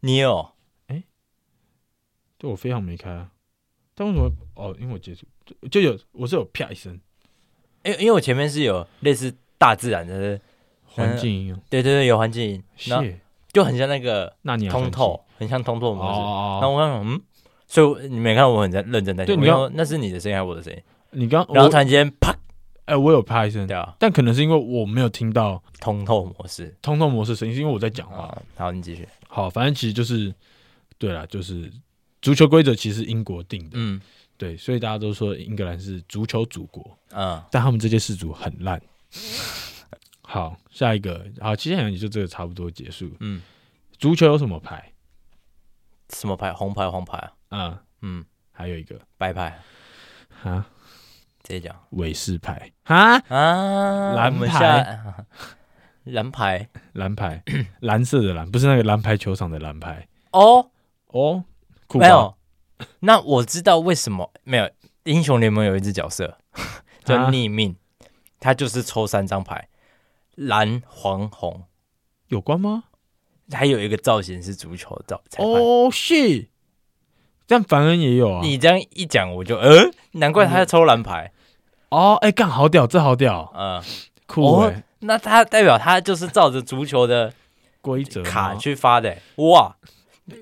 Speaker 3: 你也有
Speaker 1: 对我非常没开啊。但为什么？哦，因为我接触就就有，我是有啪一声，
Speaker 3: 因为因为我前面是有类似大自然的，
Speaker 1: 环境音哦，
Speaker 3: 对对对，有环境音，然后
Speaker 1: 谢
Speaker 3: 就很像那个
Speaker 1: 那你
Speaker 3: 通透，很像通透模式。然
Speaker 1: 哦，
Speaker 3: 后我看，嗯，所以我你没看我很在认真在听，
Speaker 1: 对你
Speaker 3: 我
Speaker 1: 刚
Speaker 3: 想说那是你的声音还是我的声音？
Speaker 1: 你刚
Speaker 3: 然后
Speaker 1: 我
Speaker 3: 突然间啪，
Speaker 1: 哎，我有啪一声，
Speaker 3: 对啊，
Speaker 1: 但可能是因为我没有听到
Speaker 3: 通透模式
Speaker 1: 通透模式声音，是因为我在讲话。
Speaker 3: 啊。好，你继续。
Speaker 1: 好，反正其实就是，对啦，就是足球规则其实英国定的，
Speaker 3: 嗯
Speaker 1: 对，所以大家都说英格兰是足球祖国。
Speaker 3: 嗯，
Speaker 1: 但他们这届世足很烂。好，下一个，好，其实好像也就这个差不多结束。
Speaker 3: 嗯，
Speaker 1: 足球有什么牌？
Speaker 3: 什么牌？红牌、黄牌啊？
Speaker 1: 啊，
Speaker 3: 嗯，
Speaker 1: 还有一个
Speaker 3: 白牌，
Speaker 1: 啊，
Speaker 3: 直接讲
Speaker 1: 韦氏牌啊，
Speaker 3: 啊。
Speaker 1: 蓝
Speaker 3: 我们
Speaker 1: 牌
Speaker 3: 下， [LAUGHS] 蓝牌
Speaker 1: 蓝
Speaker 3: [CLEARS THROAT]
Speaker 1: 牌，蓝色的蓝，不是那个蓝牌球场的蓝牌
Speaker 3: 哦。
Speaker 1: 哦，酷吧
Speaker 3: 没，有，那我知道为什么没有。英雄联盟有一只角色叫
Speaker 1: 啊
Speaker 3: 逆命，他就是抽三张牌，蓝、黄、红，
Speaker 1: 有关吗？
Speaker 3: 还有一个造型是足球造裁判。
Speaker 1: 哦，是，但凡恩也有啊。
Speaker 3: 你这样一讲，我就呃，难怪他要抽蓝牌。
Speaker 1: 哦，哎，干好屌，这好屌，
Speaker 3: 嗯、
Speaker 1: 酷
Speaker 3: 哦
Speaker 1: 哎，
Speaker 3: 那他代表他就是照着足球的
Speaker 1: 规则吗
Speaker 3: 卡去发的、哇！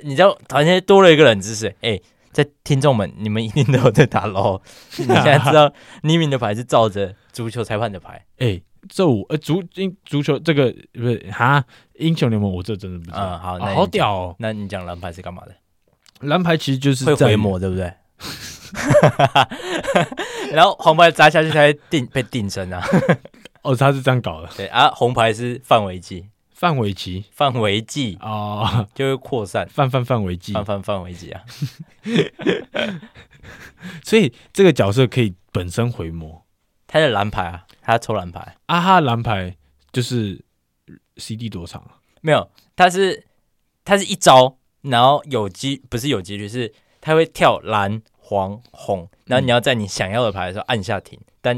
Speaker 3: 你知道，突然间多了一个冷知识，哎、在听众们，你们一定都有在
Speaker 1: [LAUGHS]
Speaker 3: 打 LO，你现在知道逆命的牌是照着足球裁判的牌
Speaker 1: 哎，这我呃足英足球这个不是哈英雄联盟，我这真的不知道。
Speaker 3: 嗯好那
Speaker 1: 啊
Speaker 3: 你
Speaker 1: 好屌哦！
Speaker 3: 那你讲蓝牌是干嘛的？
Speaker 1: 蓝牌其实就是
Speaker 3: 会
Speaker 1: 在
Speaker 3: 回魔，对不对？ [LAUGHS] 然后黄牌砸下去，它会定被定身啊。
Speaker 1: 哦，他是这样搞的，
Speaker 3: 对啊，红牌是范围计，
Speaker 1: 范围棋
Speaker 3: 范围计
Speaker 1: 哦， [LAUGHS]
Speaker 3: 就会扩散，
Speaker 1: 范范范围棋，
Speaker 3: 范范范围计啊。
Speaker 1: 所以这个角色可以本身回魔。
Speaker 3: 他是蓝牌啊，他抽蓝牌
Speaker 1: 啊哈，蓝牌就是 CD 多长啊？
Speaker 3: 没有？他是他是一招，然后有机不是有几率，是他会跳蓝黄红，然后你要在你想要的牌的时候按下停，但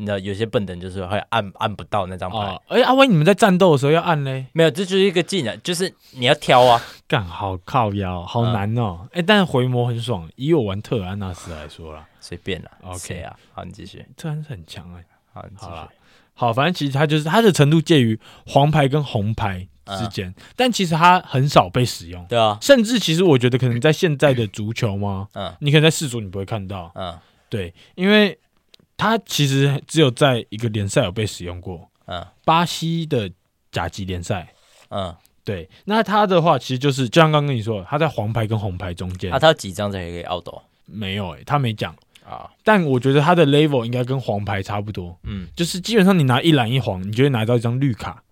Speaker 3: 你知道有些笨蛋就是会按按不到那张牌。
Speaker 1: 哦，哎，阿威，你们在战斗的时候要按嘞，
Speaker 3: 没有，这就是一个技能，就是你要
Speaker 1: [LAUGHS]
Speaker 3: 挑啊，
Speaker 1: 干好靠腰，好
Speaker 3: 嗯
Speaker 1: 难哦。哎，但是回魔很爽，以我玩特尔安纳斯来说啦，
Speaker 3: 随便啦。
Speaker 1: OK
Speaker 3: 谁啊？好，你继续。
Speaker 1: 特尔安纳斯很强哎。
Speaker 3: 好，你继
Speaker 1: 好啦
Speaker 3: 续。
Speaker 1: 好，反正其实它就是它的程度介于黄牌跟红牌之间，
Speaker 3: 嗯
Speaker 1: 但其实它很少被使用，
Speaker 3: 对啊，
Speaker 1: 甚至其实我觉得可能在现在的足球嘛，
Speaker 3: 嗯
Speaker 1: 你可能在世足你不会看到，
Speaker 3: 嗯
Speaker 1: 对，因为它其实只有在一个联赛有被使用过，
Speaker 3: 嗯
Speaker 1: 巴西的甲级联赛。
Speaker 3: 嗯，
Speaker 1: 对，那它的话其实就是，就像刚刚跟你说的，它在黄牌跟红牌中间、
Speaker 3: 啊，他要几张才可以 out
Speaker 1: 没有诶、欸，他没讲，
Speaker 3: 啊？
Speaker 1: 但我觉得它的 level 应该跟黄牌差不多，
Speaker 3: 嗯，
Speaker 1: 就是基本上你拿一蓝一黄，你就会拿到一张绿
Speaker 3: [LAUGHS]
Speaker 1: 卡。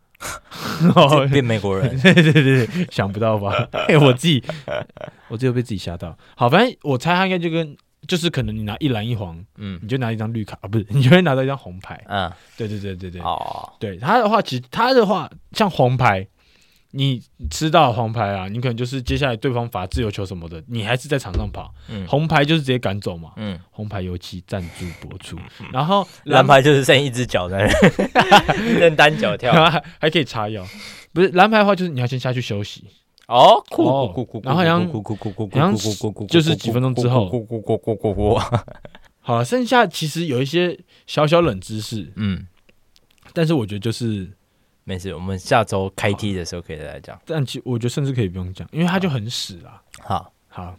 Speaker 1: [LAUGHS] 哦
Speaker 3: 这变美国人，
Speaker 1: 对对对，对想不到吧？嘿我自己，我只有被自己吓到。好，反正我猜他应该就跟，就是可能你拿一蓝一黄，
Speaker 3: 嗯
Speaker 1: 你就拿一张绿卡啊，不是，你就会拿到一张红牌。
Speaker 3: 嗯，
Speaker 1: 对对对对对，
Speaker 3: 哦，
Speaker 1: 对他的话，其实他的话，像黄牌，你吃到黄牌啊，你可能就是接下来对方罚自由球什么的，你还是在场上跑。
Speaker 3: 嗯
Speaker 1: 红牌就是直接赶走嘛，
Speaker 3: 嗯，
Speaker 1: 红牌尤其赞助播出，然后
Speaker 3: 蓝牌就是剩一只脚在那
Speaker 1: [LAUGHS]
Speaker 3: 边，扔单脚跳。
Speaker 1: 还还可以叉腰，不是蓝牌的话就是你要先下去休息。
Speaker 3: 哦，酷酷酷酷，酷酷酷酷酷酷酷，酷酷酷酷酷酷，
Speaker 1: 好，剩下其实有一些小小冷知识，
Speaker 3: 嗯，
Speaker 1: 但是我觉得就是，
Speaker 3: 没事，我们下周开踢的时候可以再来讲。
Speaker 1: 但其我觉得甚至可以不用讲，因为它就很屎啊。
Speaker 3: 好
Speaker 1: 好，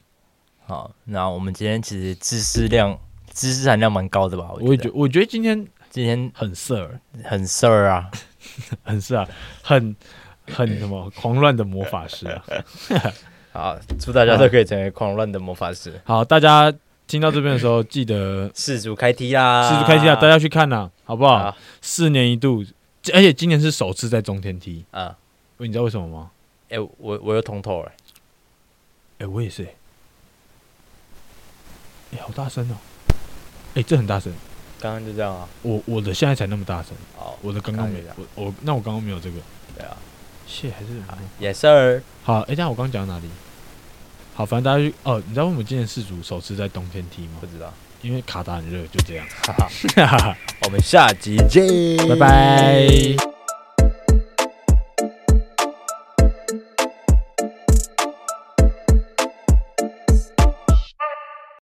Speaker 3: 好，那我们今天其实知识量、知识含量蛮高的吧？
Speaker 1: 我
Speaker 3: 我
Speaker 1: 也
Speaker 3: 觉
Speaker 1: 觉
Speaker 3: 得
Speaker 1: 我觉得今天
Speaker 3: 今天
Speaker 1: 很色 [LAUGHS] 儿，
Speaker 3: 很事儿啊，
Speaker 1: 很色啊，很很什么狂乱的魔法师 [LAUGHS] 啊。
Speaker 3: 好，祝大家都可以成为狂乱的魔法师，
Speaker 1: 好，大家听到这边的时候，记得
Speaker 3: 世足开踢啦，
Speaker 1: 是开心啊，大家去看呐、好不好？
Speaker 3: 好
Speaker 1: 四年一度，而且今年是首次在中天踢，
Speaker 3: 啊，
Speaker 1: 你知道为什么吗？
Speaker 3: 哎，我我又通透了，
Speaker 1: 哎、我也是、欸。哎、好大声哦、哎、这很大声，
Speaker 3: 刚刚就这样啊，
Speaker 1: 我我的现在才那么大声。
Speaker 3: 好，
Speaker 1: 我的刚刚没
Speaker 3: 看一下
Speaker 1: 我我那我刚刚没有这个，
Speaker 3: 对啊
Speaker 1: 谢还是有
Speaker 3: ，Yes sir，
Speaker 1: 好。哎、等一下我刚刚讲到哪里？好，反正大家去哦，你知道为什么今年四组首次在冬天踢吗
Speaker 3: 不？知道，
Speaker 1: 因为卡达很热，就这样。
Speaker 3: 哈哈，我们下集见，
Speaker 1: 拜拜。